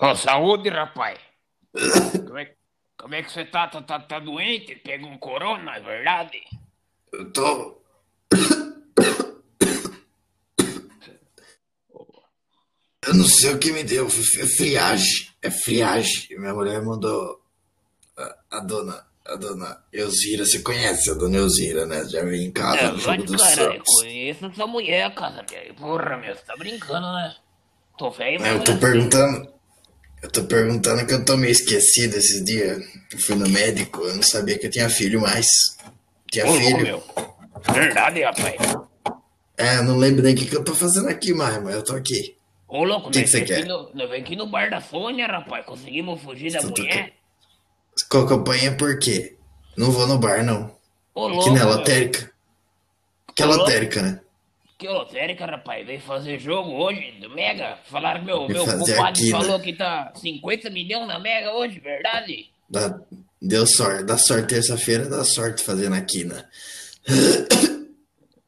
Ó, saúde, rapaz. Como é, como é que você tá? Tá, tá? tá doente? Pegou um corona, é verdade? Eu tô. Eu não sei o que me deu. É friagem. É friagem. Minha mulher mandou. A, a dona. A dona Elzira, você conhece a dona Elzira, né? Já veio em casa É, no vai jogo te do caralho, Santos. conheço essa mulher, cara. minha. Porra, meu, você tá brincando, né? Tô velho, Eu mas. tô perguntando. Eu tô perguntando que eu tô meio esquecido esses dias. Eu fui no médico, eu não sabia que eu tinha filho mais. Tinha Ô, louco, filho. meu. Verdade, rapaz. É, eu não lembro nem o que, que eu tô fazendo aqui mais, mas eu tô aqui. Ô, louco, que nós vem você aqui quer? no- nós vem aqui no bar da Sônia, rapaz. Conseguimos fugir da Você tá mulher. Com campanha por quê? Não vou no bar, não. Ô, Aqui louco, na meu. lotérica. Que é Ô, louco. lotérica, né? Que lotérica, rapaz, veio fazer jogo hoje do Mega. Falaram que meu, Veio meu fazer compadre aqui, né? falou que tá 50 milhões na Mega hoje, verdade? Dá- deu sorte. Dá sorte terça-feira, dá sorte fazendo aqui, né?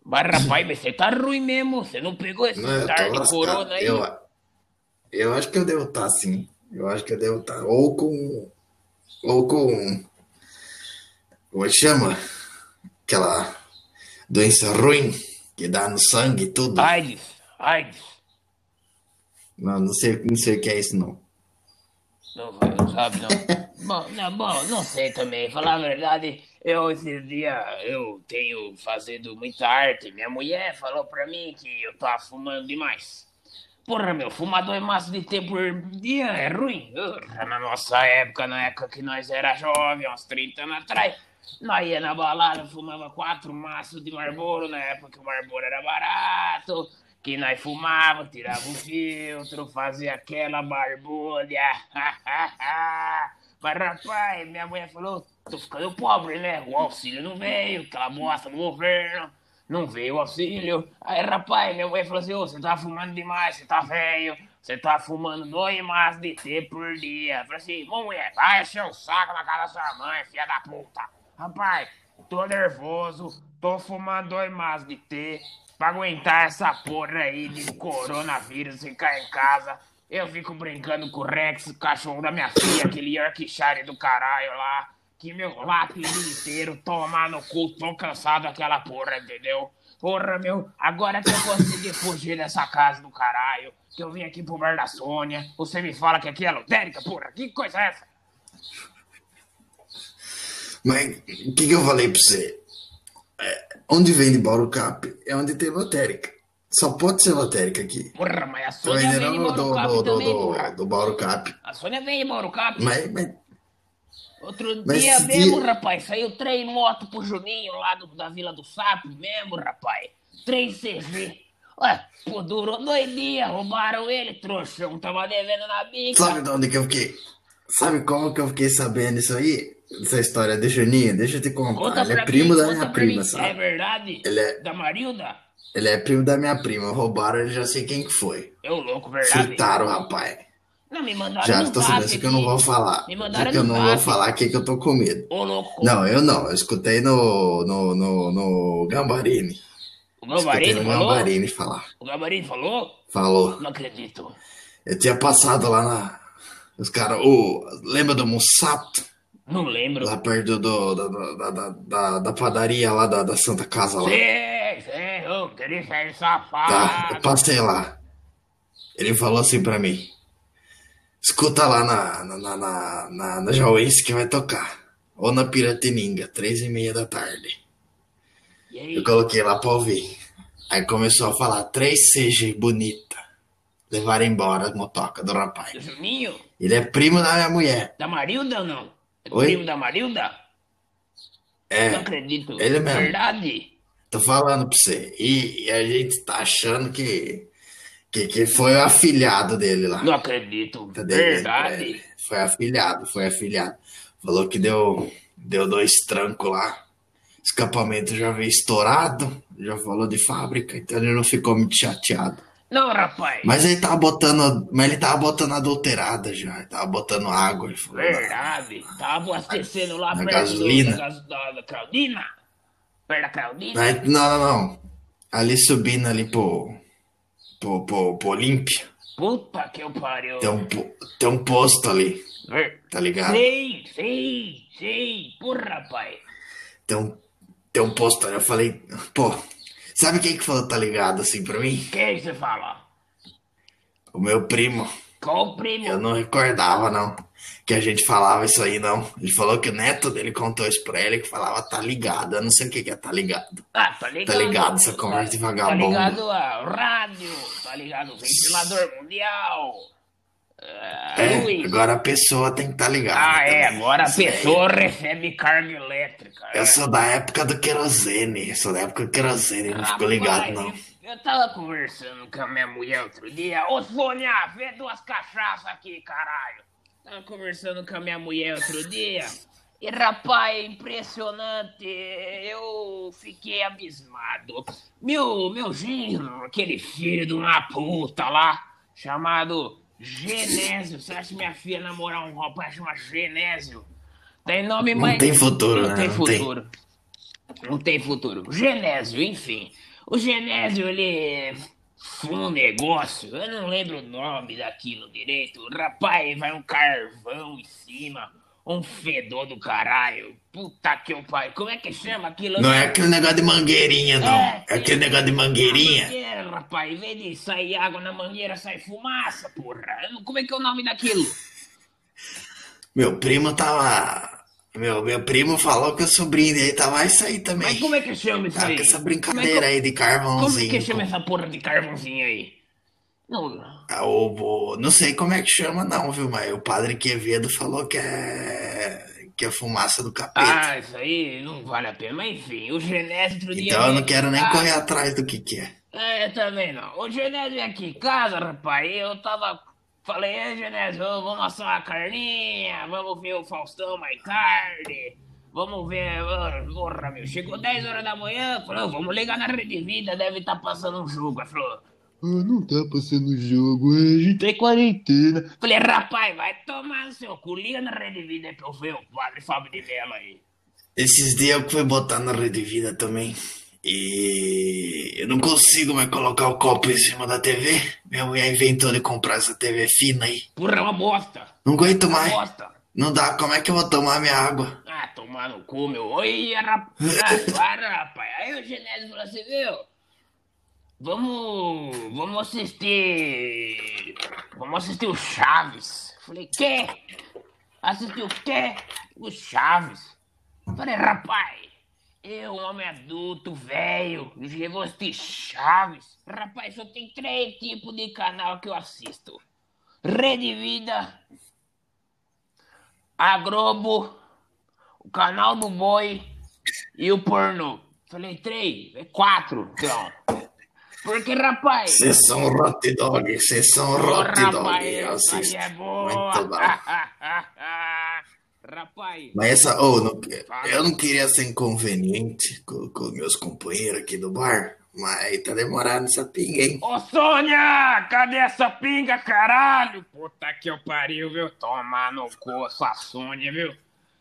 Mas rapaz, mas você tá ruim mesmo, você não pegou esse Não, eu tô tarde lascado. corona aí? Eu, eu acho que eu devo estar, sim. Eu acho que eu devo estar. Ou com. Ou com. Como é que chama? Aquela doença ruim que dá no sangue e tudo. Ah. AIDS, AIDS. Não, não sei, não sei o que é isso, não. Não, vai, não sabe não. Bom, não, bom, não sei também, falar a verdade, eu esses dias eu tenho fazendo muita arte. Minha mulher falou pra mim que eu tava fumando demais. Porra, meu, fumar dois maços de tempo por dia é ruim. Urra, na nossa época, na época que nós era jovem, uns 30 anos atrás, nós ia na balada, fumava quatro maços de Marlboro, na época que o Marlboro era barato, que nós fumava, tirava um filtro, fazia aquela barbulha. Mas, rapaz, minha mulher falou, tô ficando pobre, né? O auxílio não veio, aquela bosta do governo. Não veio o auxílio. Aí, rapaz, minha mulher falou assim: Ô, você tá fumando demais, você tá velho, você tá fumando dois maços de T por dia. Eu falei assim: Ô, mulher, vai encher o saco na cara da sua mãe, filha da puta. Rapaz, tô nervoso, tô fumando dois maços de T pra aguentar essa porra aí de coronavírus ficar em casa. Eu fico brincando com o Rex, o cachorro da minha filha, aquele Yorkshire do caralho lá. Que meu lato inteiro tomar no cu, tô cansado daquela porra, entendeu? Porra, meu, agora que eu consegui fugir dessa casa do caralho, que eu vim aqui pro bar da Sônia, você me fala que aqui é lotérica, porra, que coisa é essa? Mas o que, que eu falei pra você? É, onde vende Borucap é onde tem lotérica. Só pode ser lotérica aqui. Porra, mas a Tô Sônia vem de vendendo do, do, Morucap do, do, também, porra. do, do Borucap. A Sônia vem de Morucap. Mas, mas Outro Mas dia esse mesmo, dia- rapaz, saiu três motos pro Juninho lá do- da Vila do Sapo mesmo, rapaz. Três CG. Ué, pô, durou dois dias, roubaram ele, trouxão, tava devendo na bica. sabe de onde que eu fiquei? Sabe como que eu fiquei sabendo isso aí? Essa história do Juninho? Deixa eu te contar. Conta Ele pra é primo mim, da conta minha pra prima, mim. É sabe? verdade? Ele é- Da Marilda? Ele é primo da minha prima. Roubaram, ele já sei quem que foi. Eu louco, verdade? Furtaram, rapaz. Não, me mandaram tá Já no tô zap sabendo, só que eu não aqui. vou falar. Me Só mandaram que eu no não vou zap. falar aqui que eu tô com medo. Ô, louco. Não, eu não. Eu escutei no, no, no, no Gambarini. O Gambarini Escutei no falou? Gambarini falar. O Gambarini falou? Falou. Não acredito. Eu tinha passado lá na. Os caras. ô, lembra do Mussato? Não lembro. Lá perto do, do- do- da, da, da, da padaria lá da, da Santa Casa lá. Sei, sei, ô, aquele velho Tá? Eu safado. passei lá. Ele falou assim pra mim. Escuta lá na, na, na, na, na, na Jauense que vai tocar. Ou na Piratininga, três e meia da tarde. E aí? Eu coloquei lá pra ouvir. Aí começou a falar três CG bonita. Levaram embora a motoca do rapaz. Do Juninho? Ele é primo da minha mulher. Da Marilda ou não? É Oi? primo da Marilda? Não É, acredito. ele mesmo. Verdade? tô falando pra você. E, e a gente tá achando que, que, que foi o afilhado dele lá. Não acredito. Tá devendo pra Verdade? ele. Foi afilhado, foi afilhado. Falou que deu, deu dois trancos lá. Escapamento já veio estourado. Já falou de fábrica, então ele não ficou muito chateado. Não, rapaz. Mas ele tava botando. Mas ele tava botando adulterada já. Ele tava botando água. Ele falou, É. Verdade. Tava abastecendo lá Na perto gasolina. Do, da, gas- da, da Claudina. Perto da Claudina. Aí, não, não, não. Ali subindo ali pro. pro, pro, pro Olímpia. Puta que eu pariu. Tem um, po- tem um posto ali, Ver- tá ligado? Sei, sei, sei. Porra, pai. Tem um, tem um posto ali. Eu falei, pô, sabe quem que falou tá ligado assim pra mim? Quem é você fala? O meu primo. Qual o primo? Eu não recordava, não, que a gente falava isso aí, não. Ele falou que o neto dele contou isso pra ele, que falava tá ligado. Eu não sei o que que é tá ligado. Ah, tá ligado. Tá ligado, essa conversa é de Tá vagabundo. ligado a rádio, tá ligado o ventilador mundial. Ah, É, luz. agora a pessoa tem que tá ligada. Ah, é, também. agora a Isso aí. pessoa recebe carga elétrica. Eu sou da época do querosene. Sou da época do querosene, não ficou ligado, não. Ah, Eu tava conversando com a minha mulher outro dia. Ô Sônia, vê duas cachaças aqui, caralho. Tava conversando com a minha mulher outro dia. E rapaz, é impressionante. Eu fiquei abismado. Meu, meu genro, aquele filho de uma puta lá, chamado Genésio. Você acha que minha filha namorar um rapaz chamado Genésio? Tem nome Não mais. tem futuro, Não né? tem Não tem. futuro. Não tem futuro. Genésio, enfim. O Genésio, ele foi um negócio, eu não lembro o nome daquilo direito. Rapaz, vai um carvão em cima, um fedor do caralho. Puta que o pai, como é que chama aquilo? Não é aquele negócio de mangueirinha, não. É, É aquele negócio de mangueirinha. Mangueira, é rapaz, em vez de sair água na mangueira, sai fumaça, porra. Eu não- Como é que é o nome daquilo? Meu primo tava. Meu, meu primo falou que o sobrinho dele tava "Ah, isso aí também. Mas como é que chama isso Tá com aí? essa Como brincadeira é que- aí de Como é carvãozinho. que chama com- essa porra de carvãozinho aí? Não, Ah, o- o- Não sei como é que chama, não, viu, mas o padre Quevedo falou que é. que é fumaça do capeta. Ah, isso aí não vale a pena. Mas enfim, o Genésio outro dia. então eu não quero nem Ah, correr atrás do que que é. É, eu também não. O Genésio veio aqui em casa, rapaz, e eu tava. Falei, ei, Genésio, ô, vamos assar uma carninha, vamos ver o Faustão mais tarde. Vamos ver, ô, porra, meu. Chegou 10 horas da manhã, falou, vamos ligar na Rede Vida, deve estar passando um jogo. Aí falou, Ah, não tá passando jogo, a gente tá em quarentena. falei, rapaz, vai tomar no seu cu, liga na Rede Vida aí pra eu ver o padre Fábio de Mello aí. Esses dias eu fui botar na Rede Vida também. E eu não consigo mais colocar o copo em cima da TV. Minha mulher inventou de comprar essa TV fina aí. Porra, é uma bosta, Não aguento uma mais. bosta. Não dá, como é que eu vou tomar minha água? Ah, tomar no cu, meu. Oi, rapaz. Para, rapaz. Aí o Genésio falou assim, meu. Vamos. Vamos assistir. Vamos assistir o Chaves. Falei, quê? Assistir o quê? O Chaves. Falei, rapaz. Eu, um homem adulto, velho, eu vou assistir Chaves. Rapaz, só tem três tipos de canal que eu assisto. Rede Vida, a Globo, o canal do boi e o pornô. Falei, três, é quatro, então. Porque, rapaz, Sessão Rot Dog, sessão Ô, Rot Dog. rapaz, Eu essa aí assisto. é boa. Muito bom. rapaz, Mas essa, oh, não- eu não queria ser inconveniente com, com meus companheiros aqui do bar, mas tá demorando essa pinga, hein? ô Sônia, cadê essa pinga, caralho? Puta que eu pariu, viu? Tomar no cu sua Sônia, viu?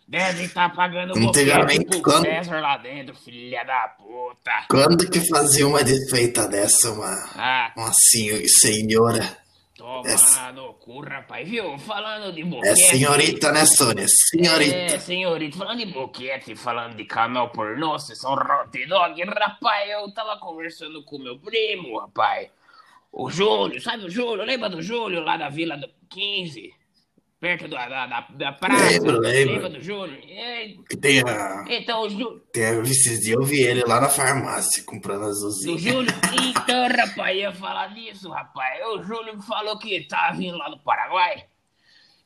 Deve estar pagando Não boquete tem garimpo, pro quando? César lá dentro, filha da puta. Quando que fazia uma desfeita dessa, uma, Ah, uma senho- senhora? Toma Essa- no cu, rapaz, viu? Falando de É boquete. senhorita, né, Sônia? É, Senhorita. senhorita. Falando de boquete, falando de canal pornô, sessão é um hot dog. Rapaz, eu tava conversando com meu primo, rapaz. O Júlio, sabe o Júlio? Lembra do Júlio lá da Vila do 15? Perto da, da, da, da praça? Lembro, lembro. Lembra do Júlio? É, Que Tem a. então, o Júlio. Tem a esses dias eu vi ele lá na farmácia comprando Do azulzinho. Júlio? Então, rapaz, ia falar disso, rapaz. O Júlio falou que tava vindo lá do Paraguai.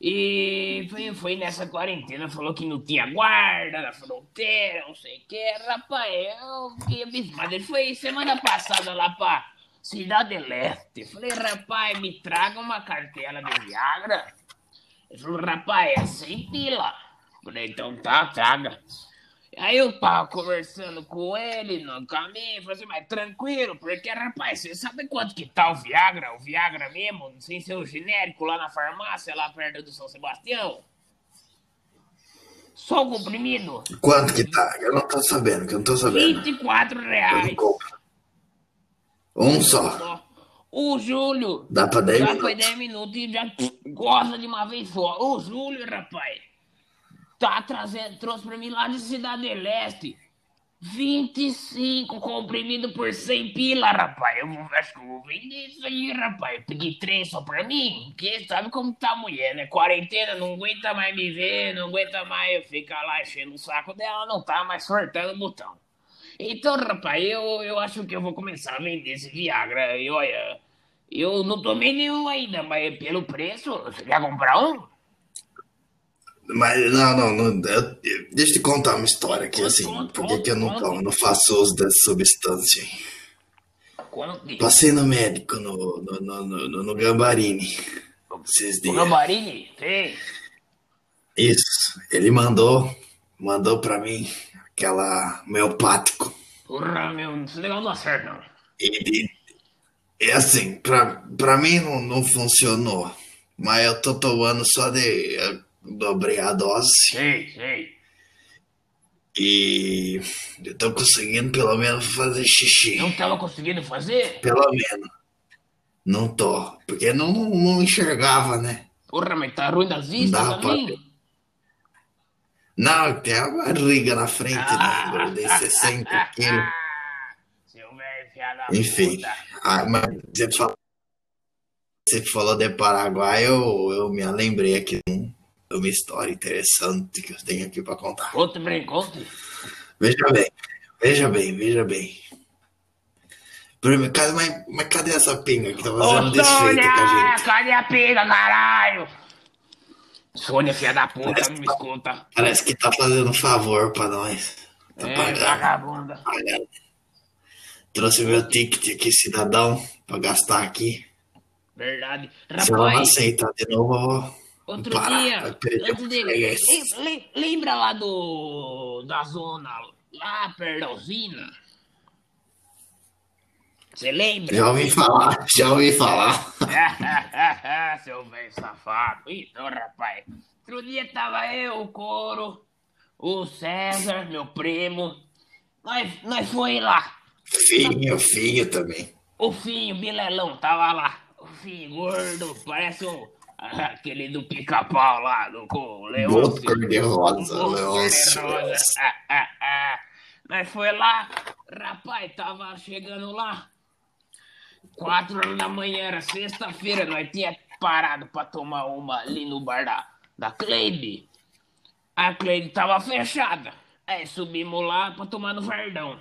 E foi, foi nessa quarentena, falou que não tinha guarda na fronteira, não sei o que. Rapaz, eu fiquei abismado. Ele foi semana passada lá pra Cidade Leste. Falei, rapaz, me traga uma cartela de Viagra. Ele falou, rapaz, é sem pila. Falei, então tá, traga. Aí eu tava conversando com ele no caminho, falei assim, mas tranquilo, porque, rapaz, você sabe quanto que tá o Viagra, o Viagra mesmo, sem ser é o genérico lá na farmácia, lá perto do São Sebastião? Só o comprimido, Quanto que tá? Eu não tô sabendo, que eu não tô sabendo. 24 Eu reais. não compro. Um só. só. O Júlio Dá pra 10 já foi né? minutos. 10 minutos e já goza de uma vez só. O Júlio, rapaz, tá trazendo, trouxe pra mim lá de Cidade Leste. 25 comprimido por 100 pila, rapaz. Eu vou- acho que eu vou vender isso aí, rapaz. Eu peguei três só pra mim. Porque sabe como tá a mulher, né? Quarentena, não aguenta mais me ver, não aguenta mais eu ficar lá enchendo o saco dela, não tá mais sortando o botão. Então, rapaz, eu, eu acho que eu vou começar a vender esse Viagra. E olha, eu não tomei nenhum ainda, mas pelo preço, você quer comprar um? Mas não, não, não eu- eu- deixa eu te contar uma história aqui, Conta, assim, conta, por que que eu não conta. tomo, não faço uso dessa substância. Quanto? Passei no médico, no, no, no, no, no- no Gambarini, esses O dias. Gambarini? Tem. Isso, ele mandou, mandou pra mim aquela homeopático. Porra, meu, esse negócio não acerta, não. E, e assim, pra, pra mim não, não funcionou, mas eu tô tomando só de... Eu dobrei a dose Sei, sei. e eu tô conseguindo pelo menos fazer xixi. Não tava conseguindo fazer? Pelo menos. Não tô. Porque não, não, não enxergava, né? Porra, mas tá ruim das vistas Dá, também? Não, tem a barriga na frente, né? Engordei 60 quilos. Ah, seu velho fiado da Enfim. puta. Ah, mas você falou, você falou de Paraguai, eu, eu me lembrei aqui de um- de uma história interessante que eu tenho aqui pra contar. Conte, Bren, conte. Veja bem, veja bem, veja bem. Primeiro, cadê- mas, mas cadê essa pinga que tá fazendo desfeita com a gente? cadê a pinga, caralho? Sônia, filha da puta, não me escuta. Parece que tá fazendo favor pra nós. Tá É, pagando. vagabunda. Olha, Trouxe meu ticket aqui, cidadão, pra gastar aqui. Verdade. Se ela não Rapaz, aceitar de novo, eu vou Outro parar. dia, Vai perder antes o dele, freguês. lem- lem- lembra lá do da zona lá perto da usina? Você lembra? Já ouvi falar, já ouvi falar. Seu velho safado. Então, rapaz, outro dia tava eu, o Coro, o César, meu primo. Nós, nós foi lá. Finho, finho também. O Finho, Bilelão, tava lá. O Finho, gordo, parece um, aquele do pica-pau lá, do, com o Boto Leôncio. cor-de-rosa, Nossa, Leôncio. Rosa. Ah, ah, ah. Nós foi lá, rapaz, tava chegando lá. Quatro horas da manhã, era sexta-feira, nós tinha parado pra tomar uma ali no bar da, da Cleide. A Cleide tava fechada. Aí subimos lá pra tomar no Verdão.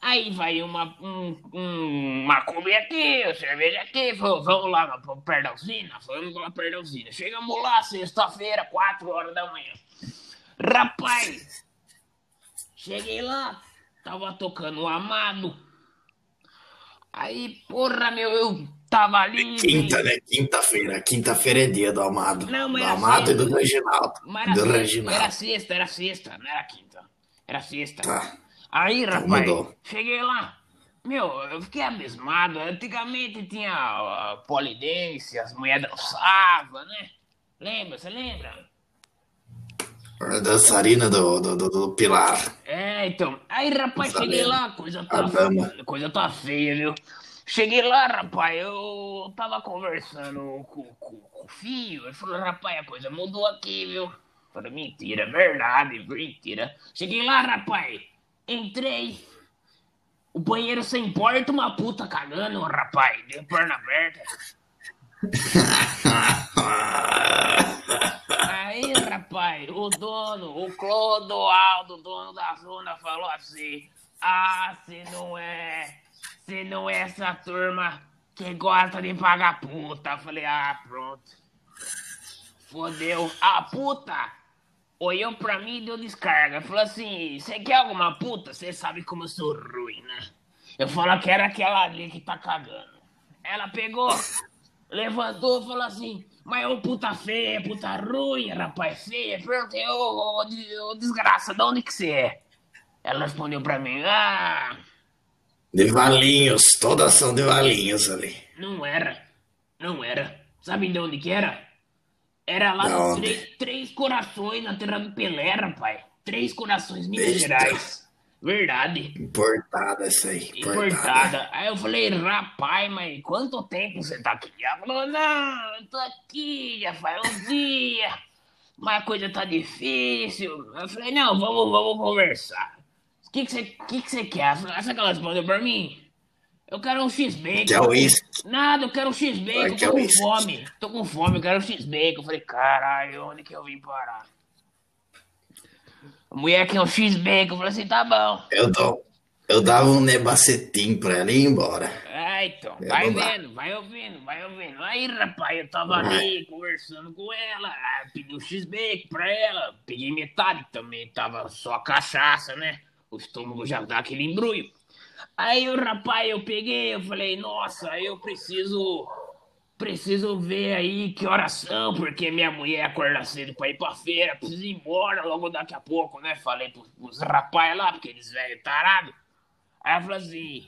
Aí vai uma, um, um- uma Kombi aqui, uma cerveja aqui, falou, vamos lá pra Perdãozina, vamos lá pra Perdãozina. Chegamos lá sexta-feira, quatro horas da manhã. Rapaz, cheguei lá, tava tocando o amado. Aí, porra, meu, eu tava ali. Quinta, né? Quinta-feira. Quinta-feira é dia do amado. Não, mas é assim. do era amado e do sexta. Reginaldo. Mas era Do sexta, Era Reginaldo. sexta, era sexta, não era quinta. Era sexta. Tá. Aí, rapaz, mudou. cheguei lá. Meu, eu fiquei abismado. Antigamente tinha a polidense, as mulheres dançavam, né? Lembra? Você lembra? A dançarina do, do, do, do Pilar. É, então. Aí, rapaz, Tá cheguei vendo? lá, coisa A tá, dama. coisa tá feia, viu? Cheguei lá, rapaz, eu tava conversando com, com, com o filho, ele falou, rapaz, a coisa mudou aqui, viu? Falei, mentira, é verdade, mentira. Cheguei lá, rapaz, entrei, o banheiro sem porta, uma puta cagando, rapaz, de perna aberta. Aí, rapaz, o dono, o Clodoaldo, dono da zona, falou assim: Ah, se não é, se não é essa turma que gosta de pagar puta. Eu falei: Ah, pronto. Fodeu. A puta olhou pra mim e deu descarga. Falou assim: Você quer alguma puta? Você sabe como eu sou ruim, né? Eu falo que era aquela ali que tá cagando. Ela pegou, levantou e falou assim: Mas ô puta feia, puta ruim, rapaz, é feia. Perguntei: Ô, ô, de- ô, desgraça, de onde que você é? Ela respondeu pra mim: Ah, De Valinhos. Todas são de Valinhos ali. não era. Não era. Sabe de onde que era? Era lá Da nos onde? três, três corações na terra do Pelé, rapaz. Três corações, Minas Eita. Gerais. Verdade. Importada essa aí. Importada. Aí eu falei, rapaz, mas quanto tempo você tá aqui? Ela falou, não, eu tô aqui já faz uns dias, mas a coisa tá difícil. Eu falei, não, vamos, vamos conversar. O que que você que que você quer? Ela falou, "Ah, Sabe o que ela respondeu pra mim? Eu quero um X-Bacon. Que é o uísque. Nada, eu quero um X-Bacon, Vai, que é tô com uísque. fome. Tô com fome, eu quero um X-Bacon. Eu falei, caralho, onde que eu vim parar? A mulher quer um X-Bacon. Eu falei assim, tá bom. Eu dou. Eu dava um nebacetim pra ela ir embora. Ah, então, É, vai não dá. vendo, vai ouvindo, vai ouvindo. Aí, rapaz, eu tava ali conversando com ela, ah, pedi um X-Bacon pra ela, peguei metade também, tava só a cachaça, né? O estômago já dá aquele embrulho. Aí, o rapaz, eu peguei, eu falei, nossa, eu preciso, preciso ver aí que horas são, porque minha mulher acorda cedo pra ir pra feira, preciso ir embora logo daqui a pouco, né? Falei pros, pros rapaz lá, porque eles velho tarado. Aí ela falou assim,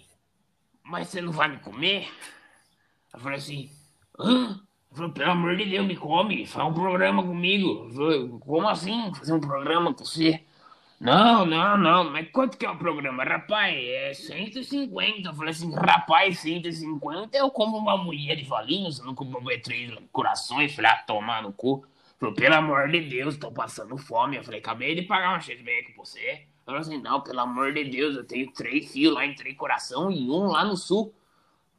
mas você não vai me comer? Eu falei assim, hã? Eu falei, pelo amor de Deus, me come, faz um programa comigo. Eu falei, como assim fazer um programa com você? Não, não, não, mas quanto que é o programa? Rapaz, é 150. Eu falei assim, rapaz, 150, eu como uma mulher de valinhos, eu não como uma mulher de três corações. Eu falei, ah, tomar no cu. Eu Falei, pelo amor de Deus, tô passando fome. Eu falei, acabei de pagar um cheeseburger com você. Ele Falou assim, não, pelo amor de Deus, eu tenho três fios lá em três coração e um lá no sul.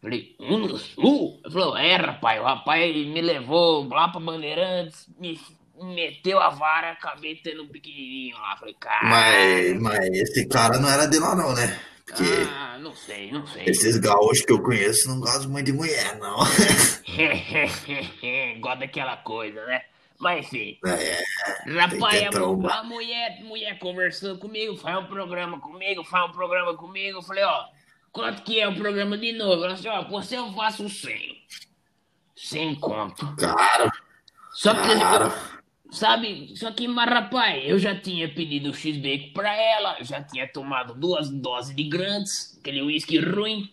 Falei, um no sul? Ele falou, é, rapaz, o rapaz me levou lá pra Bandeirantes, me meteu a vara, acabei tendo um pequenininho lá. Falei, cara. Mas, mas esse cara não era de lá, não, né? Porque Ah, não sei, não sei. esses gaúchos que eu conheço não gostam muito de mulher, não. Gosto daquela coisa, né? Mas enfim. É, Rapaz, Tem que a, mu- trombar. a mulher, mulher conversando comigo, faz um programa comigo, faz um programa comigo. Eu falei, ó, quanto que é o programa de novo? Ela disse, ó, com você eu faço 100. 100 conto. claro, Só que, claro. sabe, só que, mas rapaz, eu já tinha pedido o X-Bacon pra ela, eu já tinha tomado duas doses de grandes, aquele uísque ruim,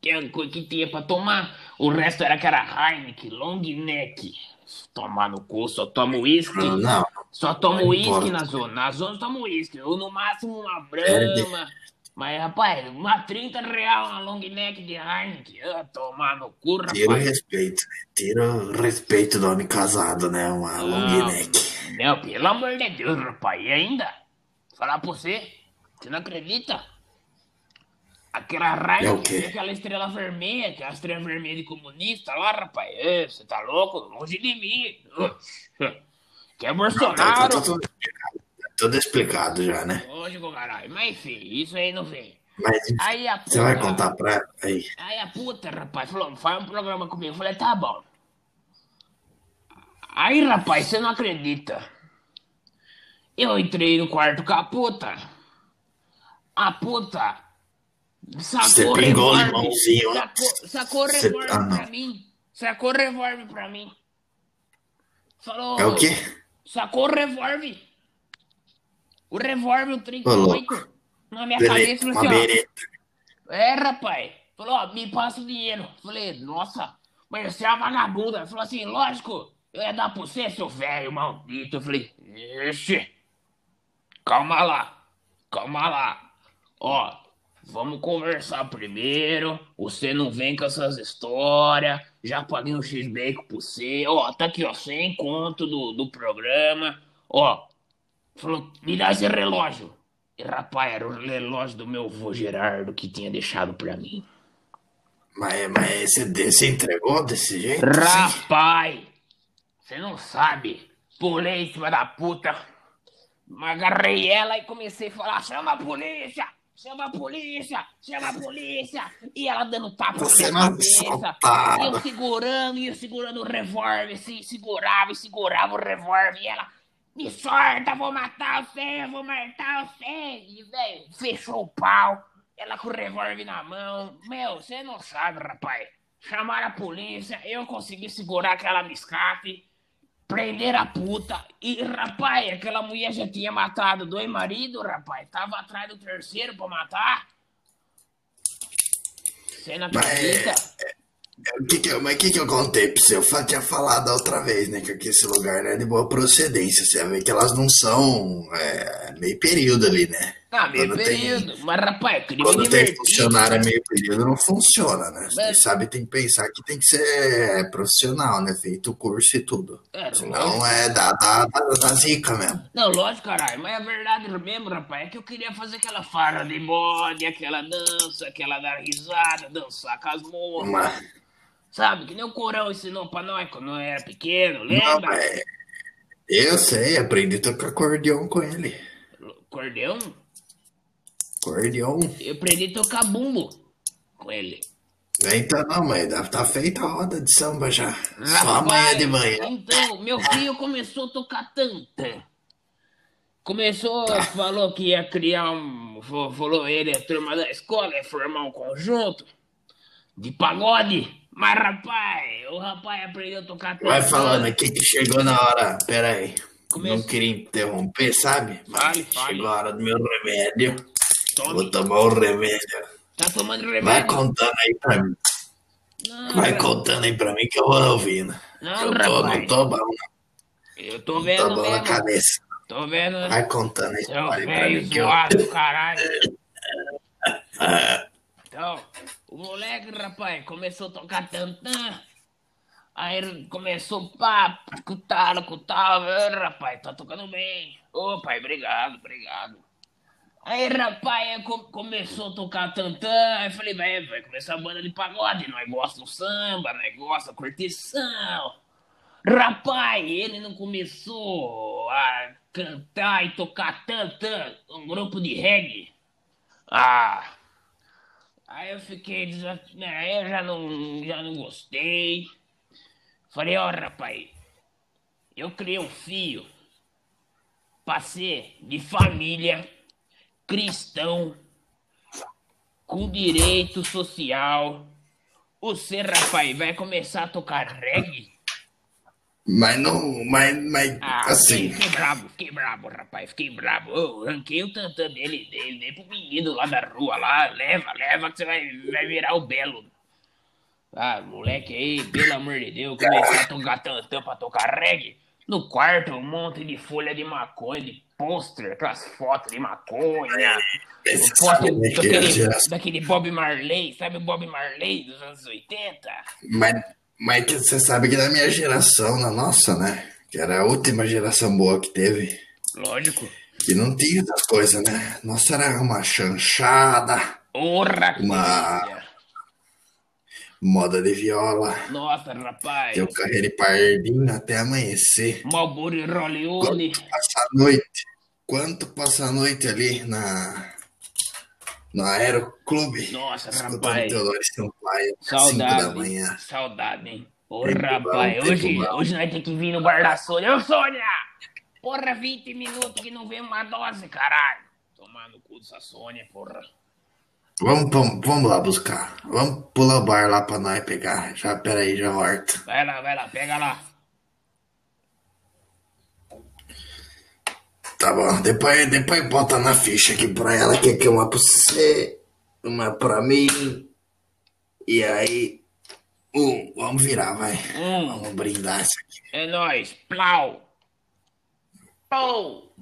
que era a coisa que tinha pra tomar. O resto era aquela Heineken, long neck. Tomar no cu, só tomo uísque. Não, não. Só tomo Não uísque importa. na zona. Na zona eu tomo uísque. Ou no máximo uma brama. Mas, rapaz, uma 30 real uma long neck de Heineken. Ah, tomar no cu, Tira o rapaz. respeito, né? Tira o respeito do homem casado, né? Uma long neck. Não, pelo amor de Deus, rapaz. E ainda? Falar pra você, você não acredita? Aquela É raia, o quê? aquela estrela vermelha, aquela estrela vermelha de comunista lá, rapaz. Ê, Você tá louco? Longe de mim. Que é Bolsonaro. Tá, tá, tá tudo explicado. Tá tudo explicado já, né? Longe do caralho. Mas enfim, isso aí não vem. Mas enfim, Aí a você vai puta- contar pra ela aí. Aí a puta, rapaz, falou, faz um programa comigo. Eu falei, tá bom. Aí, rapaz, você não acredita. Eu entrei no quarto com a puta. A puta sacou Você pingou o revólver, limãozinho Sacou, antes. sacou Você- revólver ah, não. pra mim. Sacou revólver pra mim. Falou. É o quê? Sacou o revólver. O revólver, o 38. Ô, louco. Na minha cabeça, Beleza, falou uma assim, ó. bereta. É, rapaz. Falou, ó, me passa o dinheiro. Falei, nossa, mas você é uma vagabunda. Falou assim, lógico, eu ia dar pra você, seu velho maldito. Eu falei, ixi, calma lá, calma lá. Ó, vamos conversar primeiro. Você não vem com essas histórias. Já paguei um X-Bacon pra você. Ó, tá aqui, ó, sem conto do, do programa. Ó, Falou, me dá esse relógio. E, rapaz, era o relógio do meu avô Gerardo que tinha deixado pra mim. Mas, mas você, de- você entregou desse jeito? assim? Rapaz, você não sabe. Pulei em cima da puta. Agarrei ela e comecei a falar: chama a polícia! Chama a polícia! Chama a polícia! E ela dando tapa na Você minha não cabeça. soltava. E eu segurando, e eu segurando o revólver, assim, segurava e segurava o revólver. E ela, me sorta, vou matar você, eu vou matar você. E, velho, fechou o pau. Ela com o revólver na mão. Meu, você não sabe, rapaz. Chamaram a polícia, eu consegui segurar que ela me escape. Prender a puta. E, rapaz, aquela mulher já tinha matado dois maridos, rapaz. Tava atrás do terceiro pra matar. Você não Mas- é, acredita? O que que eu- mas o que, que eu contei pra você? Eu fa- tinha falado a outra vez, né? Que aqui esse lugar não é de boa procedência. Você vê que elas não são é, meio período ali, né? Ah, meio Quando tem- período. Mas, rapaz, é eu queria me Quando tem divertir. funcionário a meio período, não funciona, né? Você Mas- sabe, tem que pensar que tem que ser é, profissional, né? Feito o curso e tudo. É, Senão é da, da, da, da zica mesmo. Não, lógico, caralho, mas a verdade mesmo, rapaz, é que eu queria fazer aquela farra de bode, aquela dança, aquela dar risada, dançar com as moças, Mas, sabe? Que nem o Corão ensinou pra nós quando eu era pequeno, não, lembra? mas eu sei, aprendi a tocar acordeon com ele. Cordeão? Acordeon. Eu aprendi a tocar bumbo com ele. Então não, mas dá- tá feita a roda de samba já. Só amanhã de manhã. Então, meu filho começou a tocar tanta. Começou, Tá. falou que ia criar um. fa- Falou ele, a turma da escola, ia formar um conjunto de pagode. Mas, rapaz, o rapaz aprendeu a tocar tanta. Vai falando aqui que chegou na hora. Pera aí. Começa. Não queria interromper, sabe? Mas Fale, fale. chegou a hora do meu remédio. Tome. Vou tomar o remédio. Tá tomando Vai remédio. Ah, contando aí pra mim. Não, Vai ra- contando aí pra mim que eu vou ouvindo. Não, Eu tô, Ah, rapaz. não tô bom, Eu tô não vendo tô bom na mesmo. cabeça. Tô vendo. né? Vai contando aí Seu história pra velho mim que eu... Então, zoado, caralho. Então, o moleque, rapaz, começou a tocar tantã. Aí ele começou papo, cutalo, cutalo. Ô, rapaz, tá tocando bem. Ô, pai, obrigado, obrigado. Aí, rapaz, aí co- começou a tocar tantã. Aí eu falei, vai, vai começar a banda de pagode. Nós gostamos do samba, nós gostamos da curtição. Rapaz, ele não começou a cantar e tocar tantã. Um grupo de reggae. Ah, Aí eu fiquei desaf... né, Aí eu já não, já não gostei. Falei, ó, rapaz, eu criei um filho pra ser de família, cristão, com direito social. Você, rapaz, vai começar a tocar reggae? Mas não, mas, mas Ah, fiquei, assim, fiquei brabo, fiquei brabo, rapaz, fiquei brabo. Eu ranquei o tantã dele, dei, dei pro menino lá da rua, lá, leva, leva que você vai, vai virar o belo. Ah, moleque aí, pelo amor de Deus, começou a tocar tantã pra tocar reggae. No quarto, um monte de folha de maconha, de pôster, aquelas fotos de maconha. você Foto sabe, né, que a daquele, geração- daquele Bob Marley, sabe o Bob Marley dos anos 80? mas, mas que você sabe que da minha geração, na nossa, né? Que era a última geração boa que teve. Lógico. Que não tinha essas coisas, né? Nossa, era uma chanchada, Porra, que Uma- delícia. moda de viola. Nossa, rapaz. Teu carreira de pardinho até amanhecer. Malboro e Roleone. Passa a noite. Quanto passa a noite ali na. No Aeroclube. Nossa, Escutando rapaz. Teodoro Sampaio. Saudade. 5 da Saudade. manhã. Saudade, hein? Ô, Tempo rapaz, bom, um tempo hoje, bom. hoje nós temos que vir no bar da Sônia. Ô, Sônia! Porra, 20 minutos que não vem uma dose, caralho. Tomar no cu dessa Sônia, porra. Vamos, vamos, vamos lá buscar. Vamos pular o bar lá pra nós pegar. Já, peraí, já volto. Vai lá, vai lá, pega lá. Tá bom. Depois, depois bota na ficha aqui pra ela que aqui é uma pra você, uma pra mim. E aí. Um, vamos virar, vai. Hum, Vamos brindar isso aqui. é nóis. Plau. Pou.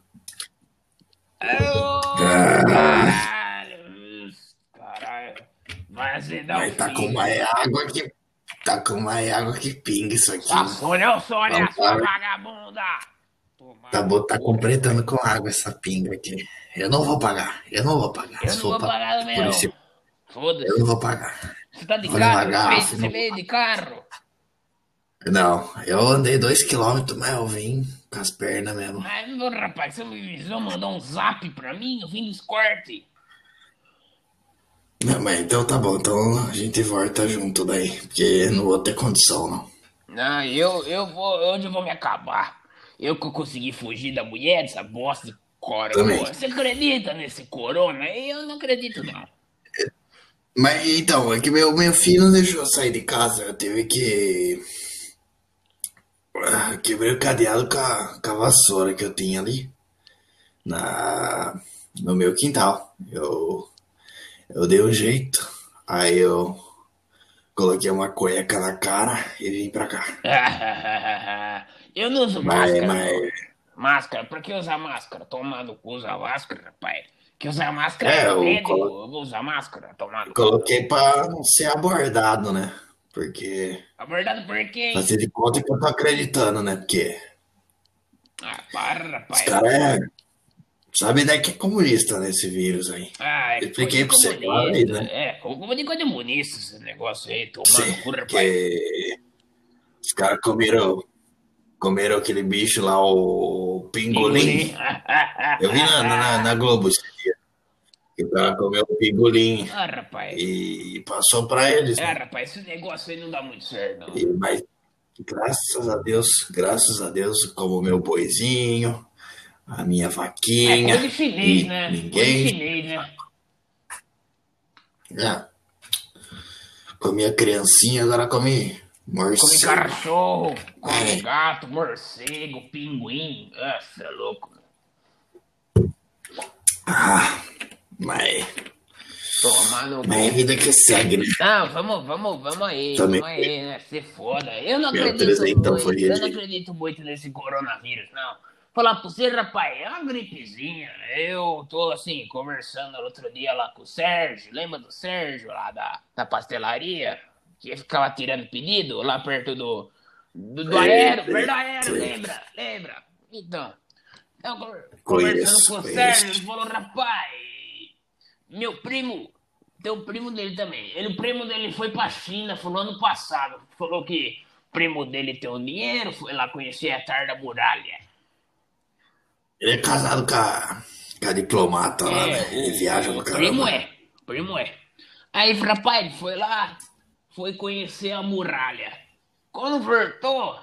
Ô, Ah. Caralho. Caralho. Vai azedar o Vai tá com fim. mais água que. Tá com mais água que pinga isso aqui. Ah, Sônia, ô, Sônia, Vamos sua lá. vagabunda! Toma. Tá, bom, tá completando com água essa pinga aqui. Eu não vou pagar. Eu não vou pagar. Eu não Sou vou pa- pagar também, não. policial. Eu Foda-se. não vou pagar. Você tá de Olha carro? lá, Você garrafa, veio- Você não. veio de carro? Não, eu andei dois quilômetros, mas eu vim com as pernas mesmo. Mas, meu rapaz, você me avisou, mandou um zap pra mim? Eu vim do escorte. Não, mas então tá bom. Então a gente volta junto daí. Porque eu não vou ter condição, não. Não, eu, eu vou. Hoje eu vou me acabar. Eu que consegui fugir da mulher, dessa bosta de corona. Também. Você acredita nesse corona? Eu não acredito, não. Mas então, é que meu, meu filho não deixou eu sair de casa. Eu tive que. Ah, Quebrei o cadeado com a, com a vassoura que eu tinha ali na, no meu quintal. Eu, eu dei um jeito. Aí eu coloquei uma cueca na cara e vim pra cá. Eu não uso Mas, máscara. mas Máscara, pra que usar máscara? Tomar no cu usar máscara, rapaz. Que usar máscara É, é, eu medo. colo- Eu vou usar máscara, tomado. Coloquei pra não ser abordado, né? Porque. Abordado por quem? Fazer de conta que eu tô acreditando, né? Porque Ah, para, os rapaz. caras é. Sabe, né, que é comunista, né? Esse vírus aí. Ah, é Expliquei coisa pra você, comunista. claro, né? É, como como de coisa comunista esse negócio aí, tomando Sim, cu, rapaz. Porque os caras comeram, comeram aquele bicho lá, o pingolim. é Ah, Eu vi na, na, na Globo esse dia. Que o cara comeu o pingolim Ah, rapaz. e passou pra eles. Ah, né? rapaz, esse negócio aí não dá muito certo, não. E- mas graças a Deus, graças a Deus, como o meu boizinho, a minha É vaquinha. coisa de chinês, e né? Coisa de Ninguém. chinês, né? né? Comi a criancinha, agora comi Come morcego. cachorro, come Ai. gato, morcego, pinguim. Ah, cê é louco. Ah, mas, Toma no cu. mas é a vida que segue, né? Não, vamos, vamos, vamos aí, Também. vamos aí, né? Se foda. Eu não Meu acredito trezentão muito, foi eu ele. não acredito muito nesse coronavírus, não. Falar pra você, rapaz, é uma gripezinha. Eu tô, assim, conversando outro dia lá com o Sérgio, lembra do Sérgio lá da, da pastelaria? Que ficava tirando pedido lá perto do, do, do aero, Eita, perto do aero, eita. lembra, lembra? Então, eu con- Conheço, conversando com o conheço. Sérgio, ele falou, rapaz... Meu primo, tem um primo dele também. Ele, o primo dele foi pra China, falou ano passado. Falou que o primo dele tem um dinheiro, foi lá conhecer a tarde da muralha. Ele é casado com a, com a diplomata Eh, lá, né? uh, Ele viaja no É, né? o primo caramba. é, o primo é. Aí, rapaz, ele foi lá, foi conhecer a muralha. Quando voltou,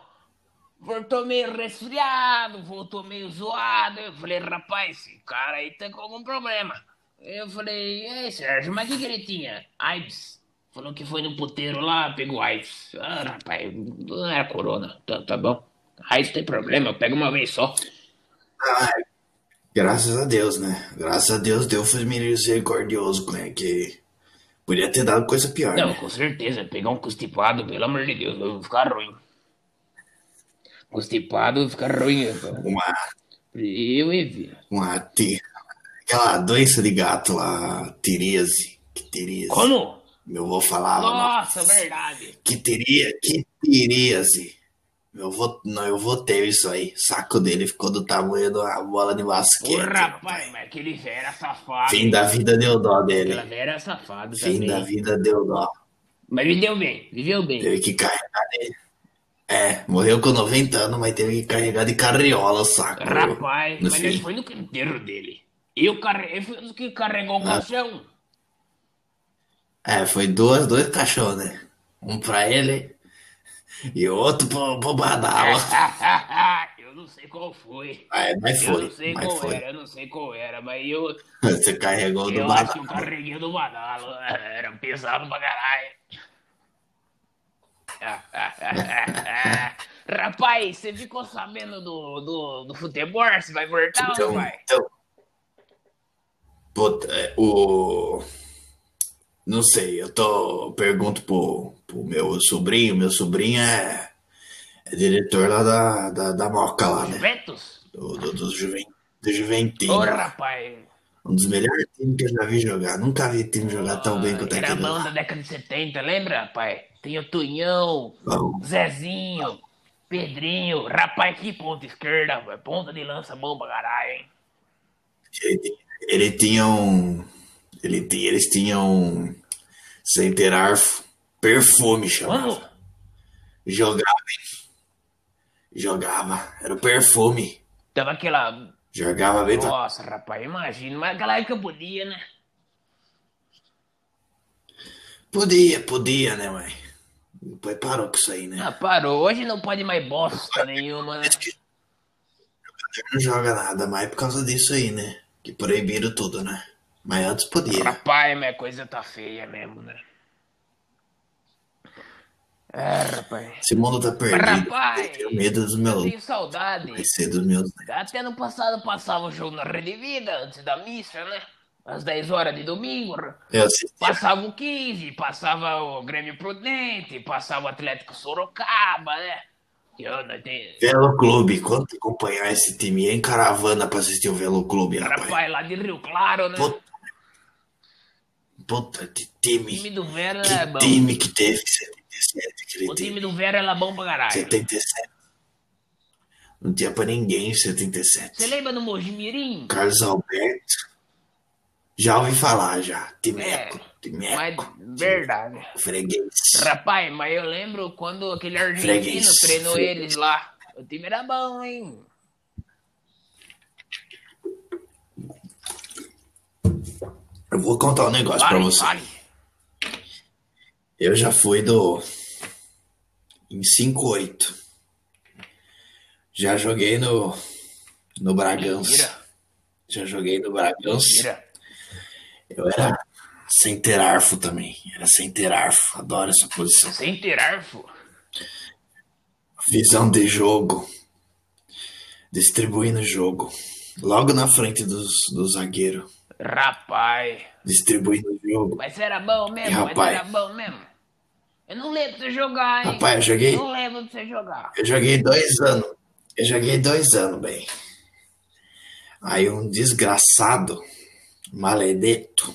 voltou meio resfriado, voltou meio zoado. Eu falei, rapaz, esse cara aí tá com algum problema. Eu falei, e aí, Sérgio, mas o que, que ele tinha? AIDS. Falou que foi no puteiro lá, pegou AIDS. Ah, rapaz, não era corona, tá, tá bom. AIDS tem problema, pega uma vez só. Ai, graças a Deus, né? Graças a Deus, Deus foi misericordioso com ele, que podia ter dado coisa pior, Não, né? com certeza. Pegar um constipado, pelo amor de Deus, eu vou ficar ruim. Constipado fica ruim. rapaz. Uma, Eu evito. uma ti- aquela doença de gato lá, tiríase, que tiríase. Como? Meu avô falava, Nossa, verdade. que teria, que tiríase. Meu avô, não, eu votei isso aí. Saco dele ficou do tamanho de uma bola de Ô, basquete. rapaz, mas aquele velho era safado. tipo, Fim da vida deu dó dele. Aquela velha era safada Fim da também. vida deu dó. Mas viveu bem, viveu bem. Teve que carregar dele. É, morreu com 90 anos, mas teve que carregar de carriola o saco. viu? Rapaz, No mas fim. ele foi no canteiro dele. Eu, carre... eu fui um dos que carregou o Ah. caixão. É, foi duas, dois cachorros, né? Um pra ele e outro pro, pro Badala. eu não sei qual foi. É, mas Eu não foi, sei mas qual foi. era, eu não sei qual era, mas eu, Você carregou do Eu acho que o Badala. carreguinho do Badalo era um pesado pra caralho. Rapaz, você ficou sabendo do, do, do futebol? Você vai voltar ou Então, não vai? então. Puta, é, o. Não sei, eu tô. eu Pergunto pro, pro meu sobrinho. Meu sobrinho é, é diretor lá da, da, da Moca, lá, né? Juventus? Do, do, do, Juven, do Juventino. Ô, rapaz. Um dos melhores times que eu já vi jogar. Nunca vi time jogar tão bem quanto Era aquele. bom lá. da década de 70, lembra, rapaz? Tem o Tunhão, Bom, Zezinho, Pedrinho. Rapaz, que ponta esquerda, rapaz. ponta de lança bom pra caralho, hein? Ele, ele tinha um. Ele, ti- eles tinham. Sem ter arfo. Perfume chamava. Quando? Jogava, hein? Jogava. Era o perfume. Tava aquela... Jogava bem pra... Nossa, rapaz, imagina. Mas aquela época podia, né? Podia, podia, né, mãe? Depois parou com isso aí, né? Ah, parou. Hoje não pode mais bosta nenhuma, né? Não joga nada mais por causa disso aí, né? Que proibiram tudo, né? Mas antes podia. Rapaz, minha coisa tá feia mesmo, né? É, rapaz. Esse mundo tá perdido. Rapaz! Eu tenho medo dos meus. Tenho saudade. Vai ser dos meus. Até no passado passava o jogo na Rede Vida, antes da missa, né? Às 10 horas de domingo. Eu assisti. Passava o 15, passava o Grêmio Prudente, passava o Atlético Sorocaba, né? Que eu não tenho. Velo Clube, quanto acompanhar esse time ia em caravana pra assistir o Velo Clube, rapaz. Rapaz, lá de Rio Claro, né? Puta, puta de O time. time do Vera é Que bom. time que teve 77, aquele O time time. do Vera era bom pra caralho. 77. Não tinha pra ninguém em Você 77. lembra do Mojimirim? Carlos Alberto. Já ouvi falar, já. É, Timeco, Mas, Timeco. verdade. Freguês. Rapaz, mas eu lembro quando aquele argentino Freguês. treinou Freguês. eles lá. O time era bom, hein? Eu vou contar um negócio pra Fale, você. fale. Eu já fui do. Em 5-8. Já joguei no. No Bragança. Mentira, Já joguei no Bragança. mentira. Eu era centerarfo também. Era centerarfo. Adoro essa posição. Sem tirar, fô. Visão de jogo. Distribuindo o jogo. Logo na frente dos, do zagueiro. Rapaz. Distribuindo o jogo. Mas era bom mesmo, mas Rapaz. era bom mesmo. Eu não lembro de você jogar, hein? Rapaz, eu joguei. Não lembro de você jogar. Eu joguei dois anos. Eu joguei dois anos, bem. Aí um desgraçado, maledeto,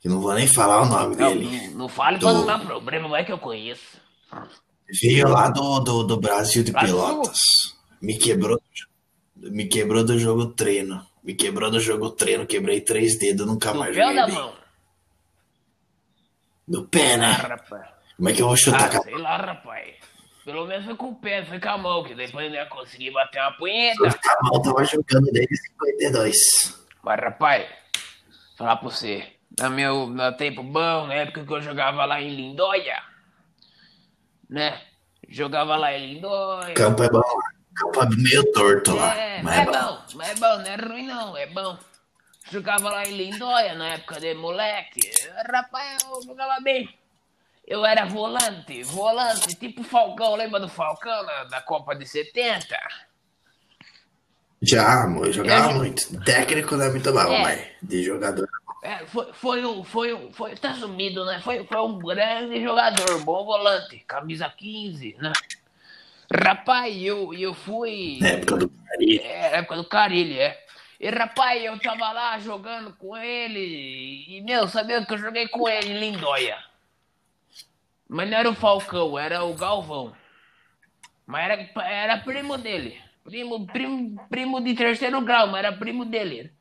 que não vou nem falar o nome Não, é. dele, não, não fale pra não Do- dar problema, vai que eu conheço. veio lá do, do, do Brasil de Lá do Pelotas. Me quebrou, me quebrou do jogo treino. Me quebrou do jogo treino, quebrei três dedos, nunca Do mais pé ou joguei da bem. mão? Do pé, Ah, né? rapaz. Como é que eu vou chutar? Ah, cara? sei lá, rapaz. Pelo menos foi com o pé, foi com a mão, que depois eu ia conseguir bater uma punheta. A mão Tá tava jogando desde 52. Mas, rapaz, falar pra você, no meu no tempo bom, na época que eu jogava lá em Lindóia, né? Jogava lá em Lindóia. Campo é bom lá. Campo é meio torto lá. É, mas mas é bom, mas é bom, não é ruim não, é bom. Jogava lá em Lindóia na época de moleque. Rapaz, eu jogava bem. Eu era volante, volante, tipo Falcão, lembra do Falcão na- da Copa de 70? Já, amor, eu jogava Eu- muito. Técnico não é muito bom, É. mas de jogador. É, foi, foi um, foi um, foi, tá sumido, né? Foi, foi um grande jogador, bom volante, camisa 15, né? Rapaz, eu, eu fui. Na época do Cari, É, na época do Carilli, é. E rapaz, eu tava lá jogando com ele. E meu, sabia que eu joguei com ele em Lindóia. Mas não era o Falcão, era o Galvão. Mas era, era primo dele. Primo, primo, primo de terceiro grau, mas era primo dele.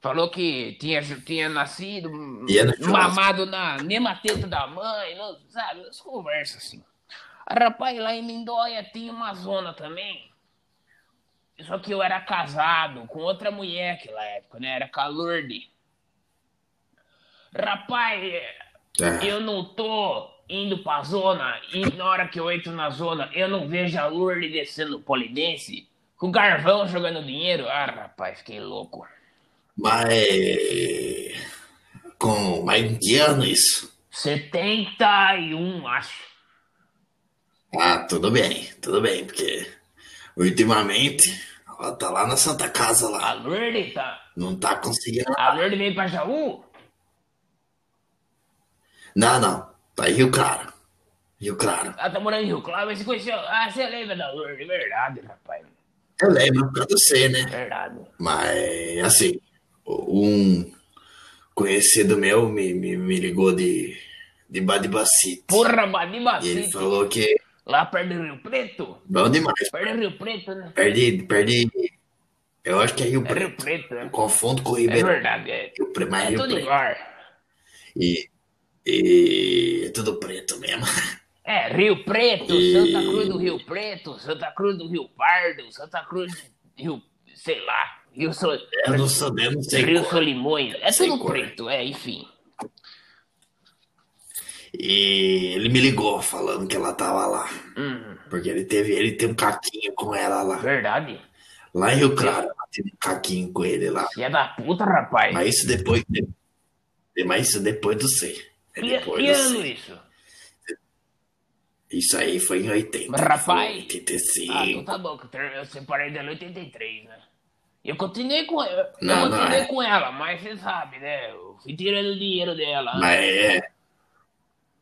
Falou que tinha, tinha nascido, E era jovem. mamado na mesma teta da mãe, não, sabe? As conversas assim. Rapaz, lá em Lindóia tinha uma zona também. Só que eu era casado com outra mulher naquela época, né? Era Calurde. Rapaz, é. eu não tô indo pra zona e na hora que eu entro na zona eu não vejo a Lourdes descendo o polidense com o Garvão jogando dinheiro. Ah, rapaz, fiquei louco. Mas. Com mais de ano isso. 71, acho. Ah, tudo bem, tudo bem, porque ultimamente ela tá lá na Santa Casa A lá. Lourdes tá. Não tá conseguindo. A Lourdes veio pra Jaú? Não, não. Tá em Rio Claro. Rio Claro. Ela tá morando em Rio Claro, mas você conheceu. Ah, você lembra da Lourdes? Verdade, rapaz. Eu lembro pra você, né? Verdade. Mas, assim, um conhecido meu me, me, me ligou de, de Badibacite. Porra, E ele Badibacito. falou que é Lá perto do Rio Preto? bom demais. Perto do Rio Preto, né? Perde, perde. Eu acho que é Rio É Rio Preto. Preto, né? Confundo com É Ribeirão. verdade, é. Rio Preto, mas É Rio tudo Preto. igual. E, e é tudo preto mesmo. É, Rio Preto, E- Santa Cruz do Rio Preto, Santa Cruz do Rio Pardo, Santa Cruz do Rio, sei lá, Rio, Sol, Eu não sou, eu não sei Rio cor. Solimões, é Sei tudo cor. preto, é, enfim. E ele me ligou falando que ela tava lá. Hum, Porque ele teve, ele tem um caquinho com ela lá. verdade. Lá em Rio Claro, ela teve um caquinho com ele lá. Filha da puta, rapaz. Mas isso depois. de- Mas isso depois do C. É Que, depois que do ano C. isso? Ah, Isso aí foi em 80. Mas, rapaz- foi em 85. Ah, então tá bom, que eu ter- eu separei dela em 83, né? Eu continuei com ela, eu Não, não, continuei é. com ela, mas você sabe, né? Eu fui tirando o dinheiro dela. Mas é.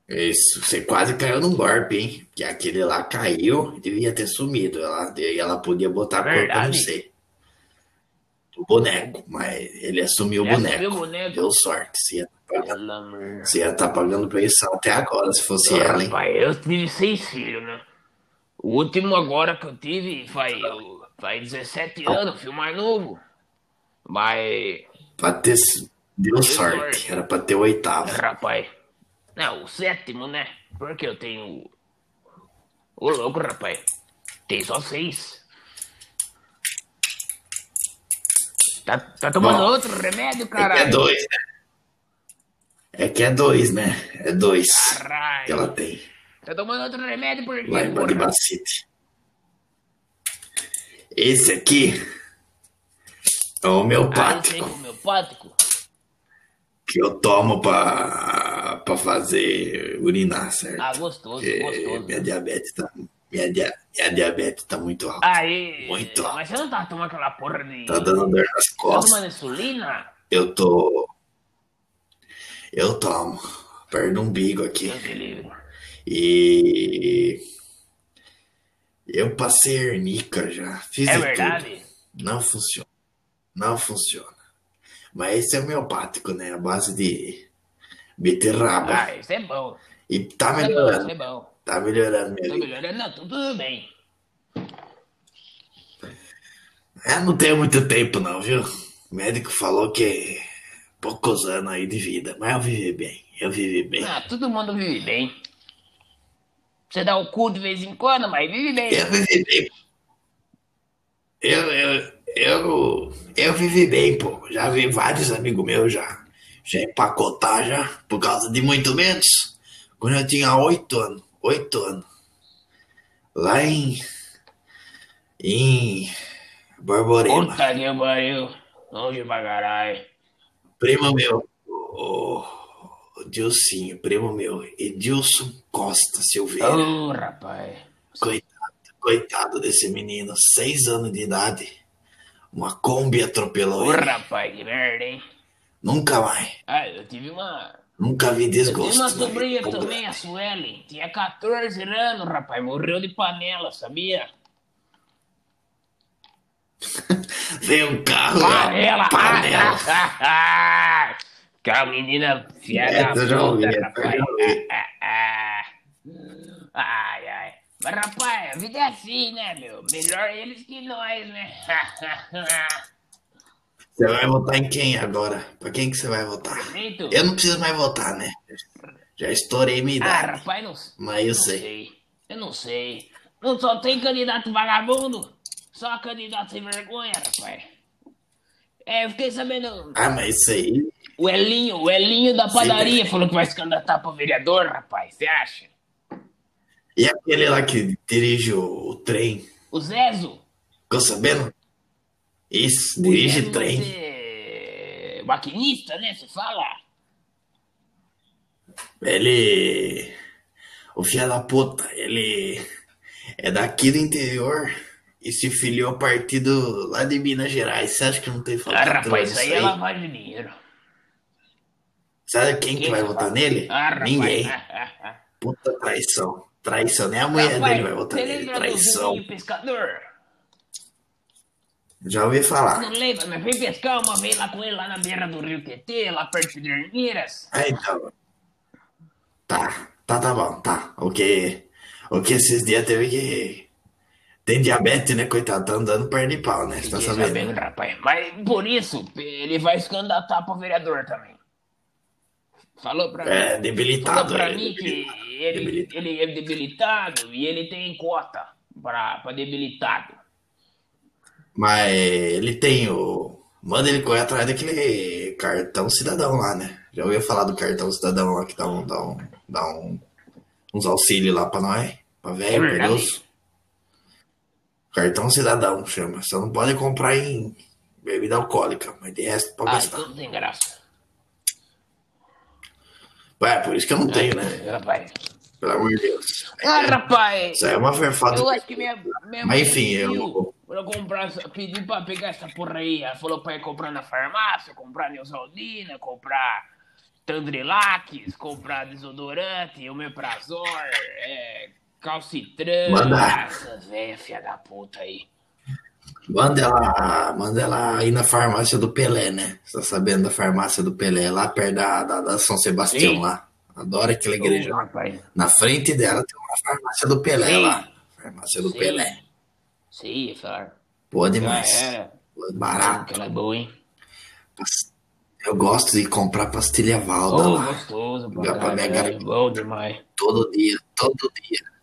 Isso, você quase caiu num golpe, hein? Que aquele lá caiu, devia ter sumido. Ela, e ela podia botar a culpa, não Verdade. sei. O boneco, mas ele assumiu o Ele boneco. assumiu o boneco. Deu sorte. Você ia, tá Pela merda. você ia tá pagando pensão até agora, se fosse ela, hein? Ah, Rapaz, eu tive seis filhos, né? O último agora que eu tive faz, faz 17 Ah. anos, filho mais novo. Mas, Pra ter, s- deu sorte. sorte. Era pra ter o oitavo. É rapaz. Não, o sétimo, né? Porque eu tenho. Ô louco, rapaz. Tem só seis. Tá, tá tomando Bom. outro remédio, É que é caralho? dois, né? É que é dois, né? É dois que Caralho. ela tem Tá tomando outro remédio por quê? lá em porra? Bagdacite. Esse aqui é o Ah, eu sei homeopático. homeopático. que eu tomo pra, pra fazer urinar, certo? Ah, gostoso, Porque gostoso. minha diabetes tá. Minha, dia- minha diabetes tá muito Ah, alta. Aí, Muito. mas você não tá tomando aquela porra de. Tá dando dor nas Tá costas. tomando insulina? Eu tô. Eu tomo. Perto o umbigo aqui. Deus me livre. E. Eu passei hernica já. Fiz É de tudo. verdade? Não funciona. Não funciona. Mas esse é homeopático, né? A base de beterraba. Ah, isso é bom. E tá Isso é bom, melhorando. isso é bom. Tá melhorando, minha Tô vida. melhorando, não, tudo, tudo bem. É, não tenho muito tempo, não, viu? O médico falou que é poucos anos aí de vida, mas eu vivi bem. Eu vivi bem. Ah, todo mundo vive bem. Você dá o cu de vez em quando, mas vive bem. Eu vivi bem. Eu, eu, eu, eu vivi bem, pô. Já vi vários amigos meus já, já empacotar já, por causa de muito menos. Quando eu tinha oito anos, oito anos, lá em, em Borborema. Puta que pariu. Longe pra caralho. Primo meu, o, o Dilcinho, primo meu, Edilson Costa Silveira. Ô, rapaz. Coitado, coitado desse menino, seis anos de idade. Uma Kombi Ô, atropelou ele. rapaz, que merda, hein? Nunca mais. Ah, eu tive uma. Nunca vi Tem desgosto. uma né? na sobrinha vida. também, a Suelen. Tinha 14 anos, rapaz. Morreu de panela, sabia? Veio um carro. Panela! Panela. Que a menina filha É, da eu já ouvi, puta, eu já rapaz. ouvi. Ah, ah, ah. Ai, ai. Mas, rapaz, a vida é assim, né, meu? Melhor eles que nós, né? Você vai votar em quem agora? Pra quem que você vai votar? Perfeito? Eu não preciso mais votar, né? Já estourei minha Ah, idade. rapaz, não sei. Mas eu Não sei. sei. Eu não sei. Não só tem candidato vagabundo, só candidato sem vergonha, rapaz. É, eu fiquei sabendo. Ah, mas isso aí. O Elinho, o Elinho da padaria Sim. falou que vai se candidatar pra vereador, rapaz. Você acha? E aquele lá que dirige o- o trem? O Zezo. Ficou sabendo? Isso, o dirige Zezo trem. vai ser Maquinista, né? Você fala? Ele. O filho da puta, ele é daqui do interior e se filiou ao partido lá de Minas Gerais. Você acha que não tem Ah, falado rapaz, nisso isso aí é lavagem de dinheiro. Sabe quem que Quem vai que votar fala? nele? Ah, rapaz. Ninguém. ah, ah, ah. Puta traição. Traição, nem a mulher Rapaz, dele vai votar você nele. lembra do Traição. Juninho pescador? Já ouvi Não falar. lembra, mas fui pescar uma vez lá com ele, lá na beira do rio Tietê, lá perto de Ermiras. Ah, então. Tá, tá, tá bom, tá. O que, o que esses dias teve que. Tem diabetes, né, coitado? Tá andando perna de pau, né? Você tá Fiquei sabendo? sabendo, rapaz. Mas por isso, ele vai se candidatar pra vereador também. Falou pra mim. É, Falou debilitado. pra ele, mim que debilitado, ele, debilitado. ele é debilitado e ele tem cota pra, pra debilitado. Mas ele tem o. Manda ele correr atrás daquele cartão cidadão lá, né? Já ouviu falar do cartão cidadão lá que dá um. Dá um, dá um- uns auxílios lá pra nós. Pra É velho, verdade. idoso. Cartão cidadão chama. Só não pode comprar em bebida alcoólica, mas de resto pode Ah, gastar. então não tem graça. É, por isso que eu não tenho, né? Rapaz. Pelo amor de Deus. Ah, rapaz! Isso aí é uma verfada. Eu acho que minha, minha Mas mãe enfim, eu- pediu pra eu comprar, essa- pediu pra pegar essa porra aí. Ela falou pra ir comprar na farmácia, comprar Neusaldina, comprar Tandrelax, comprar desodorante, omeprazol, é, calcitran, Manda. essa velha filha da puta aí. Manda ela, manda ela ir na farmácia do Pelé, né? Você tá sabendo da farmácia do Pelé, lá perto da, da, da São Sebastião, Sim. lá. Adoro aquela igreja. Ô, rapaz. Na frente dela tem uma farmácia do Pelé Sim. lá. Farmácia do Sim. É. Pelé. Sim, falar. Boa Já demais. Ah, era. Barato. Aquela é boa, hein? Eu gosto de comprar pastilha Ô, Valda lá. gostoso, pra Dá pra caralho, minha garganta. Bom demais. Todo dia, todo dia.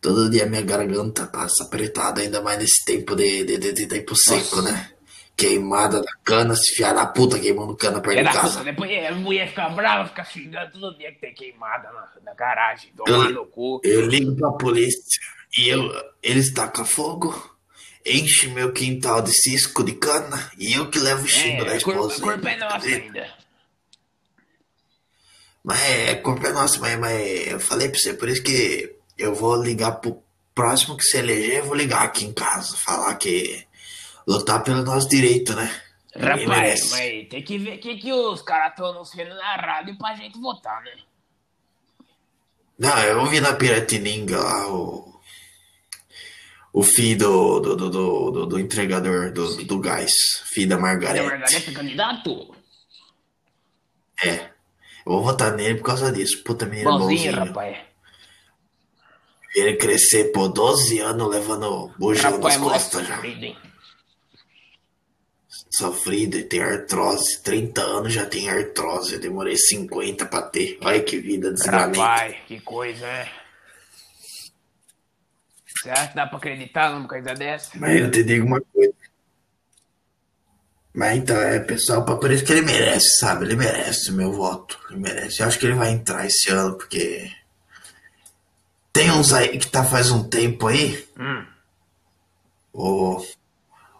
Todo dia minha garganta passa apertada, ainda mais nesse tempo de, de, de- de tempo seco, né? Queimada da cana, se fiar da puta queimando cana perto Filha de É da casa. puta, depois a mulher fica brava, fica xingando todo dia que tem queimada na, na garagem, Eu- toma no cu. Eu ligo pra polícia e eu, eles tacam fogo, enchem meu quintal de cisco de cana e eu que levo o xingo da É, a cor- a esposa. culpa é nossa ainda. Mas é, a culpa é nossa, mas, mas eu falei pra você, por isso que eu vou ligar pro próximo que se eleger, eu vou ligar aqui em casa, falar que lutar pelo nosso direito, né? Ninguém merece. Rapaz, mas tem que ver o que, que os caras estão anunciando na rádio pra gente votar, né? Não, eu ouvi na Piratininga lá o, o filho do, do, do, do, do- do entregador do, do, do gás, filho da Zé Margarete. Margareta é candidato? É. Eu vou votar nele por causa disso. Puta, menino Bonzinho, bonzinho. rapaz. Vi Ele crescer, pô, 12 anos levando bujão nas Rapaz, moleque costas já. sofrido, hein? Sofrido e tem artrose. 30 anos já tem artrose. Eu demorei 50 pra ter. Olha que vida desgramenta. Rapaz, que coisa, né? Você acha que dá pra acreditar numa coisa dessa? Mas eu te digo uma coisa. Mas então, é, pessoal, pra- por isso que ele merece, sabe? Ele merece o meu voto. Ele merece. Eu acho que ele vai entrar esse ano, porque. Tem uns aí que tá faz um tempo aí. Hum. O,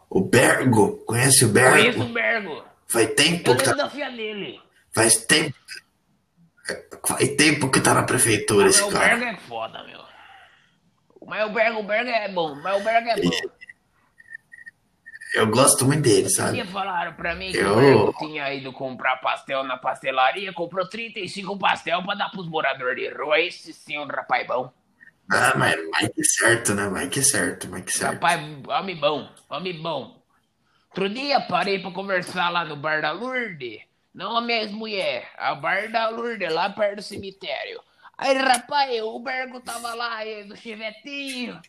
o Bergo, conhece o Bergo? Conheço o Bergo. Faz tempo Eu que lembro tá, da filha dele. faz tempo, faz tempo que tá na prefeitura Mas esse o cara. Bergo é foda, meu. Mas o Bergo, o Bergo é bom. Mas o Bergo é bom. Eu gosto muito dele, E sabe? falaram pra mim que Eu- o Bergo tinha ido comprar pastel na pastelaria, comprou 35 pastel pra dar pros moradores de rua. Esse sim, é um rapaz bom. Ah, mas, mas que certo, né? Mas que certo, mas que certo. Rapaz, homem bom, homem bom. Outro dia parei pra conversar lá no bar da Lourdes. Não a mesma mulher, a bar da Lourdes, lá perto do cemitério. Aí, rapaz, o Bergo tava lá, eu do chevetinho,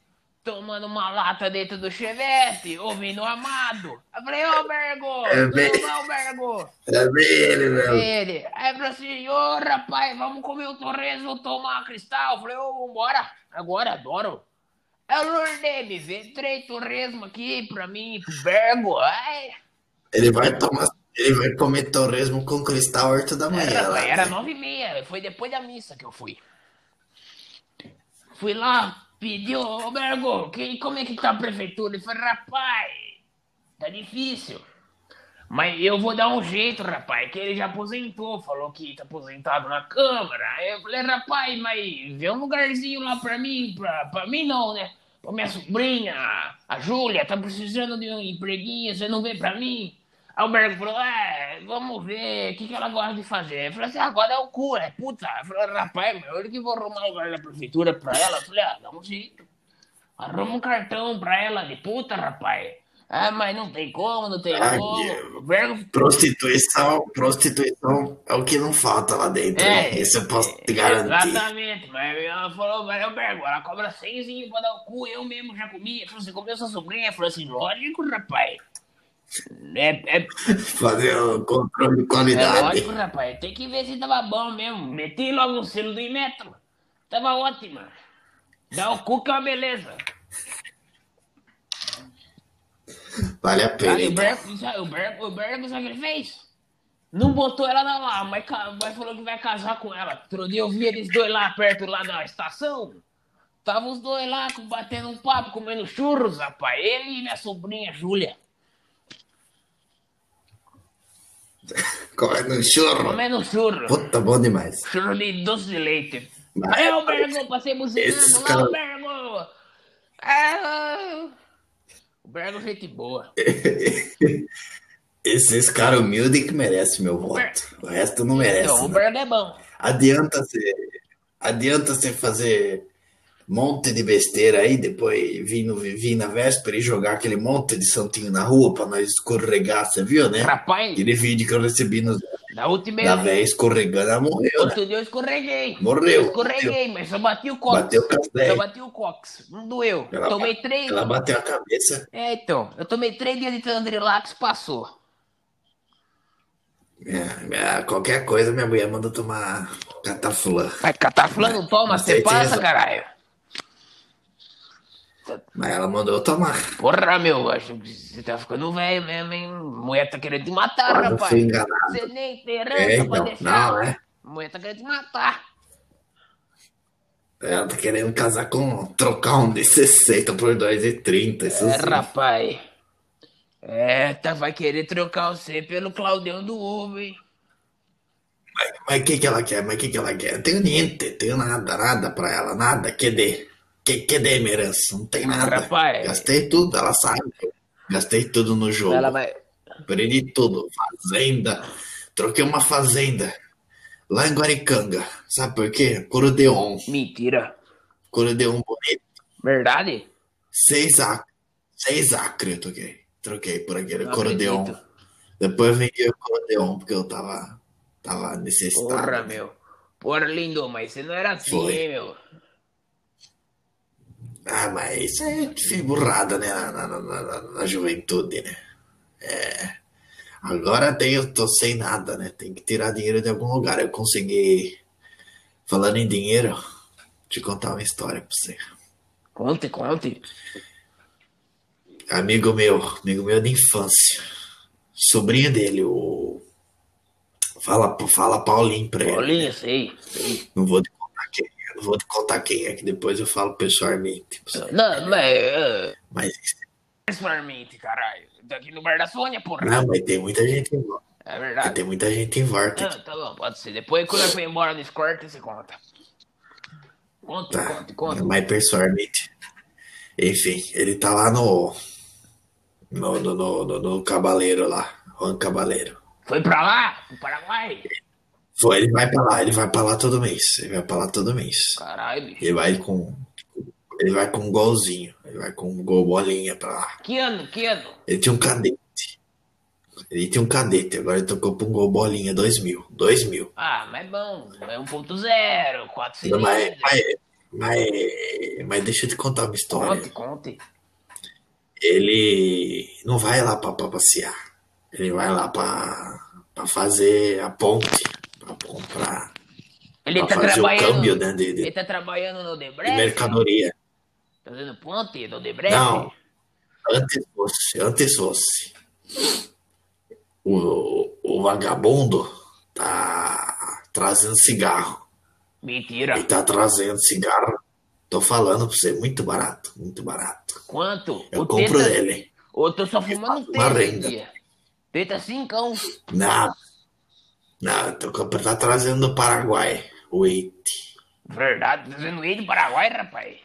tomando uma lata dentro do chevette, ouvindo o amado. Aí falei, ô Bergo, É bem- tudo bom, Bergo? É dele, né? Ele, aí falou assim, ô rapaz, vamos comer o torresmo, tomar cristal. Eu falei, ô, vambora, agora, adoro. É o Lourdes, vê três torresmo aqui pra mim, pro Bergo. Ai, Ele vai tomar, ele vai comer torresmo com cristal 8 da manhã. lá, era, né? era nove e meia, foi depois da missa que eu fui. Fui lá, pedi, ô Bergo, que, como é que tá a prefeitura? Ele falou, rapaz, tá difícil. Mas eu vou dar um jeito, rapaz, que ele já aposentou, falou que tá aposentado na Câmara. Aí eu falei, rapaz, mas vê um lugarzinho lá pra mim, pra, pra mim não, né? Pra minha sobrinha, a Júlia, tá precisando de um empreguinho, você não vê pra mim? Aí o Bergo falou, é, vamos ver, o que, que ela gosta de fazer? Eu falei assim, agora é o cu, é puta. Eu falei, rapaz, meu, eu que vou arrumar um lugar na prefeitura pra ela. Eu falei, ah, dá um jeito. Arruma um cartão pra ela de puta, rapaz. Ah, mas não tem como, não tem Ai, como. meu. O Bergo Prostituição, prostituição é o que não falta lá dentro, né? É, Isso eu posso te é, garantir. Exatamente, mas ela falou, mas eu pergunto, ela cobra 100 pra dar o cu, eu mesmo já comi. Eu falei, você comeu sua sobrinha? Eu falei assim, lógico, rapaz. É, é, Fazer o controle de é qualidade. lógico, rapaz. Tem que ver se tava bom mesmo. Meti logo um selo do metro. Tava ótima. Dá o cu que é uma beleza. Vale a pena. Aí o então. Bergo, sabe, o Bergo, o Bergo, sabe o que ele fez? Não botou ela na lá, mas, ca- mas falou que vai casar com ela. Outro dia eu vi eles dois lá perto lá da estação. Tava os dois lá com- batendo um papo, comendo churros, rapaz. Ele e minha sobrinha Júlia. Corre no churro. Comendo churros. Puta, bom demais. Churro de doce de leite. Mas- Aí o Bergo, passei Esses buzinando lá, caras- o Bergo. É, Ah, o Bergo, gente boa. Esses caras humildes que merecem meu voto. O resto não merece. Então, o não. Bernardo é bom. Adianta você adianta você fazer monte de besteira aí, depois vir, no, vir na véspera e jogar aquele monte de santinho na rua pra nós escorregar, você viu, né? Rapaz, Aquele vídeo que eu recebi no, na última da véia escorregando, ela morreu, né? outro dia eu escorreguei. Morreu. Eu escorreguei, mas só bati o cox. Bateu o café. Só bati o cox. Não doeu. Ela- tomei três. Ela bateu a cabeça. É, então. Eu tomei três dias de Tandrilax, passou. É, é, qualquer coisa, minha mulher manda tomar cataflã. Vai catar fulano, toma, Com você passa, certeza. caralho. Mas ela mandou eu tomar. Porra, meu, acho que você tá ficando velho mesmo, hein? Mulher tá querendo te matar, Mas eu fui rapaz. enganado. Você nem tem herança É, pra então, deixar. não, é. Mulher tá querendo te matar. Ela tá querendo casar com. trocar um de 60 por 2,30. Isso É, sim. rapaz. É, tá, vai querer trocar você pelo Claudião do Ovo, hein? Mas o que, que ela quer? Mas o que, que ela quer? Eu tenho niente, tenho nada, nada pra ela, nada. Que dê? Que, que dê, minha herança? Não tem nada. Rapaz. Gastei tudo, ela sabe. Gastei tudo no jogo. Ela vai. Perdi tudo. Fazenda. Troquei uma fazenda. Lá em Guaricanga. Sabe por quê? Corodeon. Mentira. Corodeon bonito. Verdade? Seis acres. Seis acres eu troquei. Troquei por aquele Não Corodeon. acredito. Depois eu vendi o Corodeon, porque eu tava, tava necessitado. Porra, meu. Porra, lindo, mas você não era assim, Foi. hein, meu? Ah, mas isso é de burrada, né? Na, na, na, na, na juventude, né? É. Agora tem, eu tô sem nada, né? Tem que tirar dinheiro de algum lugar. Eu consegui. Falando em dinheiro, te contar uma história pra você. Conte, conte. Amigo meu, amigo meu de infância. Sobrinho dele, o. Fala, fala Paulinho pra ele. Paulinho, sei, sei. Não vou te contar quem é, não vou te contar quem é, que depois eu falo pessoalmente. pra você. Não, mas. é, Mas, Principalmente, caralho. Tá aqui no bar da Sônia, porra. não, mas tem muita gente em volta. É verdade. Tem muita gente em volta. Não, tá bom, pode ser. Depois, quando eu for embora do Discord, você conta. Conta, Tá. conta, conta. Mas pessoalmente. Enfim, ele tá lá no. No, no, no, no, no Cabaleiro lá. Juan Cabaleiro. Foi pra lá? Pro Paraguai? Foi, ele vai pra lá, ele vai pra lá todo mês. Ele vai pra lá todo mês. Caralho, bicho. Ele vai com. Ele vai com um golzinho. Ele vai com um gol bolinha pra lá. Que ano, que ano? Ele tinha um cadete. Ele tinha um cadete, agora ele tocou pra um gol bolinha 2000. 2000. Ah, mas é bom. É 1.0, 4 Mas, é cilindros. mas, mas, mas deixa eu te contar uma história. Conte, conte. ele não vai lá pra pra passear. Ele vai lá pra pra fazer a ponte, pra comprar, Ele pra tá fazer o trabalhando. câmbio né, de, de- Ele é tá trabalhando no de Debrecht? mercadoria. Fazendo Tá ponte no Debrecht? Não, antes fosse, antes fosse. O, o vagabundo tá trazendo cigarro. Mentira. Ele tá trazendo cigarro. Tô falando pra você, muito barato, muito barato. Quanto? Eu O compro teta- dele. Eu tô só fumando faço teta uma hoje em renda. dia. Teta cincão. Não, não, tô, comp- tá trazendo do Paraguai, o Eite. Verdade, tá vendo ele do Paraguai, rapaz.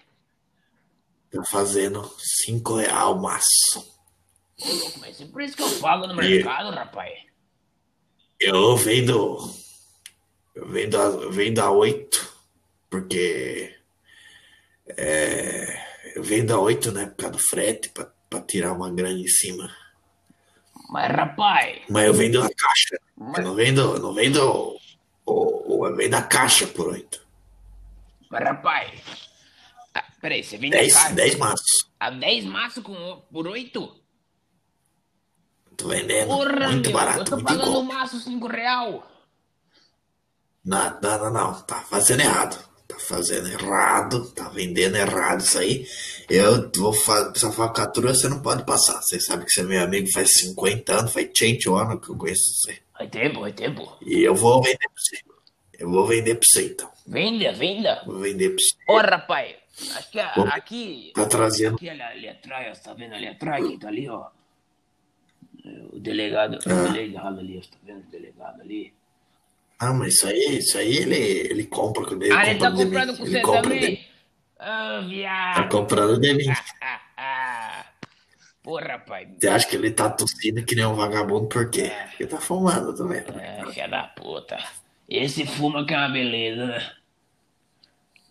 Tá fazendo 5 real maço. Ô, louco, mas é por isso que eu pago no E- mercado, rapaz. Eu vendo. Eu vendo a, eu vendo a 8, porque. É, eu vendo a 8, né? Por causa do frete, pra, pra tirar uma grana em cima. Mas, rapaz, Mas eu vendo a caixa. Eu mas, não vendo. eu Não vendo. o- o- Eu vendo a caixa por 8. mas, rapaz. Ah, peraí, você vende a 10, caixa 10 maços. a 10 maço com, o- por 8? Tô vendendo. Porra, meu, muito eu barato, tô muito em pagando o conta. maço 5 real. Não, não, não, não. Tá fazendo errado. Tá fazendo errado. Tá vendendo errado isso aí. Eu vou fazer essa falcatrua, você não pode passar. Você sabe que você é meu amigo faz 50 anos, faz 20 anos que eu conheço você. É tempo, é tempo. E eu vou vender pra você. Eu vou vender pra você então. Venda, venda. Vou vender pra você. Ô, rapaz, acho que a- Bom. aqui... Tá trazendo. Aqui ali, ali atrás, ó, tá vendo ali atrás, quem tá ali, ó. O eh, delegado, Ah. o delegado ali, ó, tá vendo o delegado ali? Ah, mas isso aí, isso aí ele, ele compra com ele. ah, ele tá compra de mim. comprando com Ele você compra de mim. também? Ah, Tá viado! comprando de mim. Ah, ah. Porra, pai. Você acha que ele tá tossindo que nem um vagabundo, por quê? É. Porque tá fumando também. Ah, filha da puta. Esse fuma que é uma beleza, né?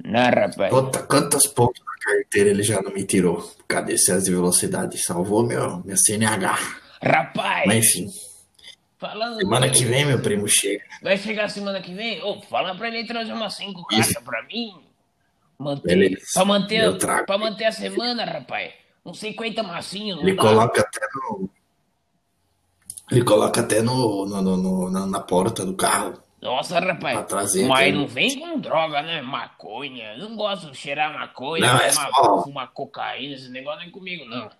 Não, rapaz. Quanta- quantas pontos na carteira ele já não me tirou? Por causa desse excesso de velocidade. Salvou meu, minha CNH. Rapaz, Mas enfim, falando. semana que vem meu primo chega. Vai chegar semana que vem? Ô, fala pra ele trazer umas cinco caixas pra mim. Manter, Beleza. Pra manter, Eu trago. pra manter a semana, rapaz. Uns 50 massinhos. não Ele dá? coloca até no. Ele coloca até no, no- no- no- na, na porta do carro. Nossa, rapaz. Pra trazer mas aquele- não vem com droga, né? Maconha. Eu não gosto de cheirar maconha, Não, é fumar, só- fumar cocaína, esse negócio não é comigo, não.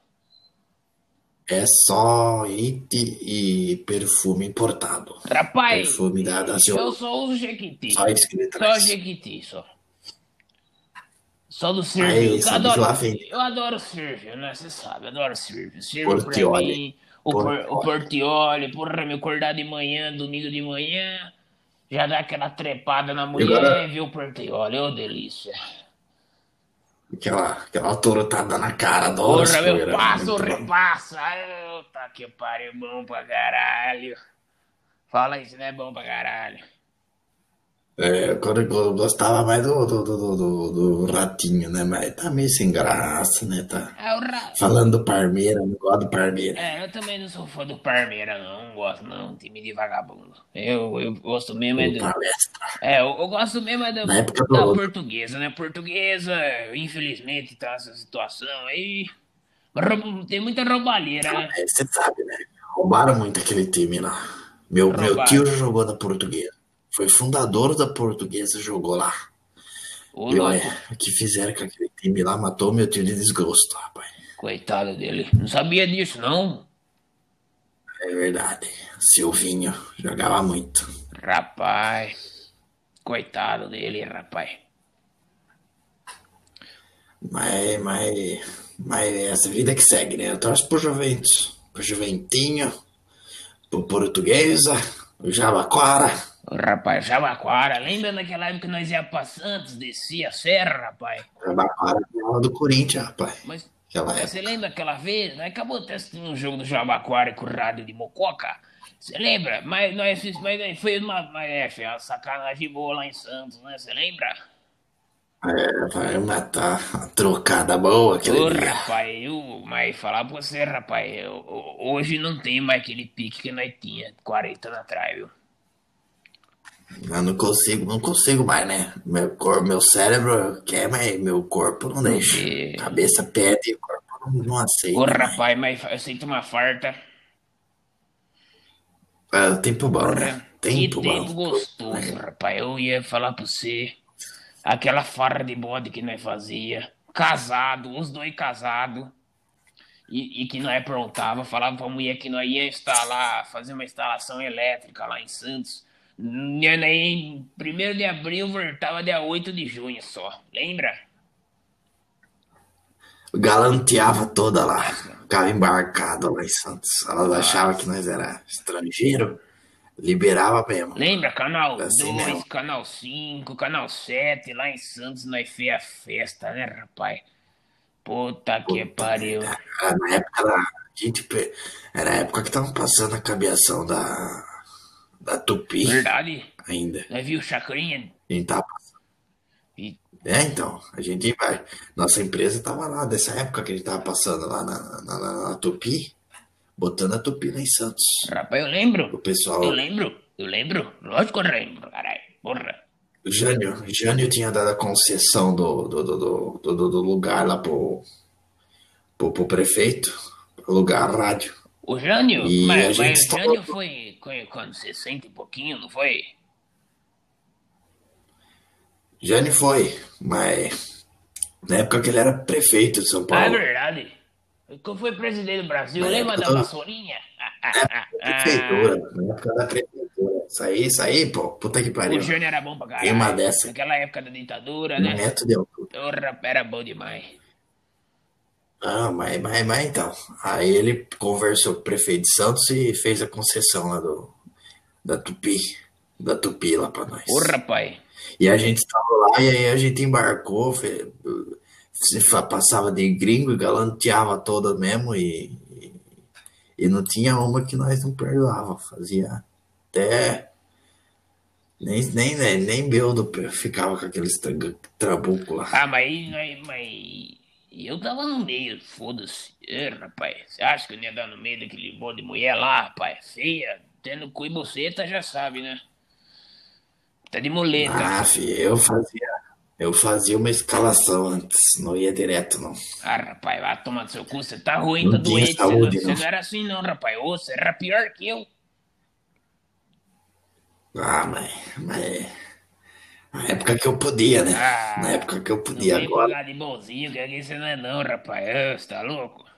É só it e perfume importado. Rapaz, Perfume da, da eu seu. só uso jequiti. Só isso que ele Só traz. jequiti, só. Só do Sérgio. isso, eu, de adoro, lá vem. eu adoro o Sérgio, né? Você sabe, eu adoro o Sérgio. Sérgio pra Portioli. mim, o, por, o Portioli. Portioli, porra, me acordar de manhã, domingo de manhã, já dá aquela trepada na mulher agora- e viu o Portioli, ô delícia. Aquela, aquela torotada na cara, Porra, adoro esse meu, programa, passa, meu primo. repassa. Puta que pariu, bom pra caralho. Fala isso, não é bom pra caralho. É, quando eu gostava mais do, do, do, do, do- do ratinho, né? Mas tá meio sem graça, né? Tá É o ra... falando do Parmeira, não gosto do Parmeira. É, eu também não sou fã do Parmeira, não. Não gosto, não. Time de vagabundo. Eu, eu gosto mesmo é O do. palestra. É, eu, eu gosto mesmo é do, Na época do- da portuguesa, né? Portuguesa, infelizmente, tá essa situação aí. Roubo- Tem muita roubalheira, né? É, você sabe, né? Roubaram muito aquele time lá. Meu, meu Roubaram. tio jogou na Portuguesa. Foi fundador da Portuguesa, jogou lá. Ô, E olha, louco. o que fizeram com aquele time lá matou meu tio de desgosto, rapaz. Coitado dele. Não sabia disso, não. É verdade. Silvinho jogava muito. Rapaz, coitado dele, rapaz. Mas, mas, mas é essa vida que segue, né? Eu torço pro Juventus, pro Juventinho, pro Portuguesa, o Jabaquara. O rapaz, Jabaquara, lembra daquela época que nós ia pra Santos, descia a serra, rapaz? Jabaquara ganhava do Corinthians, rapaz. Mas Aquela mas época. você lembra aquela vez? Nós acabou testando um jogo do Jabaquara com o rádio de Mococa. Você lembra? Mas nós fiz, mas nós- foi uma, mas é, foi uma sacanagem boa lá em Santos, né? Você lembra? É, vai matar a trocada boa aquele Ô, dia. rapaz, eu, mas falar pra você, rapaz, eu- eu- hoje não tem mais aquele pique que nós tinha 40 anos atrás, viu? Eu não consigo, não consigo mais, né? Meu, cor, meu cérebro quer, mas meu corpo não deixa. É. Cabeça pede, o corpo não, não aceita. Ô, rapaz, mas eu sinto uma farta. É, o tempo bom, né? Que Tempo tempo bom. gostoso, rapaz. Eu ia falar pra você. Aquela farra de bode que nós fazia. Casado, os dois casados. E, e que nós aprontava. Falava pra mulher que nós ia instalar, fazer uma instalação elétrica lá em Santos. Nós nós ia Em 1 de abril, voltava dia 8 de junho só. Lembra? galanteava toda lá, ficava embarcado lá em Santos. Ela achava que nós era estrangeiro, liberava mesmo. Lembra? Canal Assim 2, mesmo. Canal 5, Canal 7, lá em Santos nós fez a festa, né, rapaz? Puta que pariu. Era na época da, a gente, pe- era a época que tava passando a cabeação da, da Tupi Verdade? ainda. Nós viu o Chacrinha? A gente tava passando. E- É, então, a gente vai. Nossa empresa tava lá, dessa época que a gente tava passando lá na, na, na- na Tupi, botando a Tupi lá em Santos. Rapaz, eu O lembro. pessoal. Eu lembro. Eu lembro. Lógico que eu lembro, caralho. Porra. Jânio, Jânio tinha dado a concessão do, do, do, do, do- do- do lugar lá pro, pro, pro prefeito, pra alugar a rádio. O Jânio, E a mas, mas gente o estourou. Jânio foi co- quando 60 e pouquinho, não foi? Jânio foi, mas na época que ele era prefeito de São Ah, é Paulo. verdade. Quando foi presidente do Brasil, Mas- lembra da Ah. vassourinha? Ah, ah, ah, ah. Prefeitura, na época da prefeitura. Isso aí, isso aí, pô, puta que O pariu. Jânio era bom pra caralho. Tem uma Hum. dessa. Naquela época da ditadura, Meu né? neto deu. Porra, era bom demais. Ah, mas, mas, mas então. Aí ele conversou com o prefeito de Santos e fez a concessão lá do, da Tupi. Da Tupi lá pra nós. Porra, pai. E a gente estava lá e aí a gente embarcou, fe- se fa- passava de gringo e galanteava toda mesmo e, E não tinha uma que nós não perdoava. Fazia até. Nem, nem, nem, nem Beldo ficava com aqueles tra- trabuco lá. Ah, mas, mas, mas eu tava no meio, foda-se. É, rapaz, você acha que eu não ia dar no meio daquele bom de mulher lá, rapaz? Feia, tendo cu e boceta, já sabe, né? Tá de muleta. Ah, filho, eu fazia. Eu fazia uma escalação antes, não ia direto, não. Ah, rapaz, vai tomar no seu cu, você tá ruim, tá Não tinha doente. saúde, você, não, não. você não era assim, não, rapaz. Ô, você era pior que eu. Ah, mas, mas. Na época que eu podia, né? Ah, Na época que eu Não podia vem agora. pagar de bonzinho, que aqui você não é, não, rapaz. Ah, Você tá louco?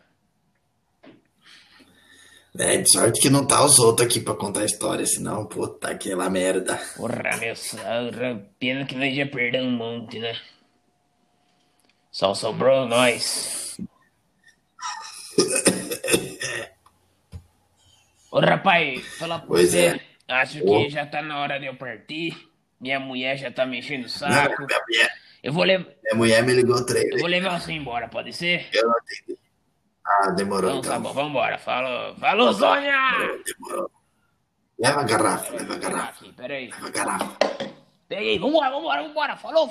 É, de sorte que não tá os outros aqui pra contar a história, senão, puta, aquela merda. Porra, meu sangue, pena que nós já perdeu um monte, né? Só sobrou nós. Ô rapaz, fala pra Pois você. é. Acho que Ô. já tá na hora de eu partir. Minha mulher já tá me enchendo o Não, saco. minha, mulher, Eu vou, lev- minha mulher me ligou três eu vezes. vou levar você embora, pode ser? Eu não atendi. Ah, demorou Então tá então. bom, vambora. Falou, falou, Sônia! Demorou. Leva a garrafa, leva a garrafa, Aqui, peraí. leva a garrafa. Peguei, vambora, vambora, vambora. Falou,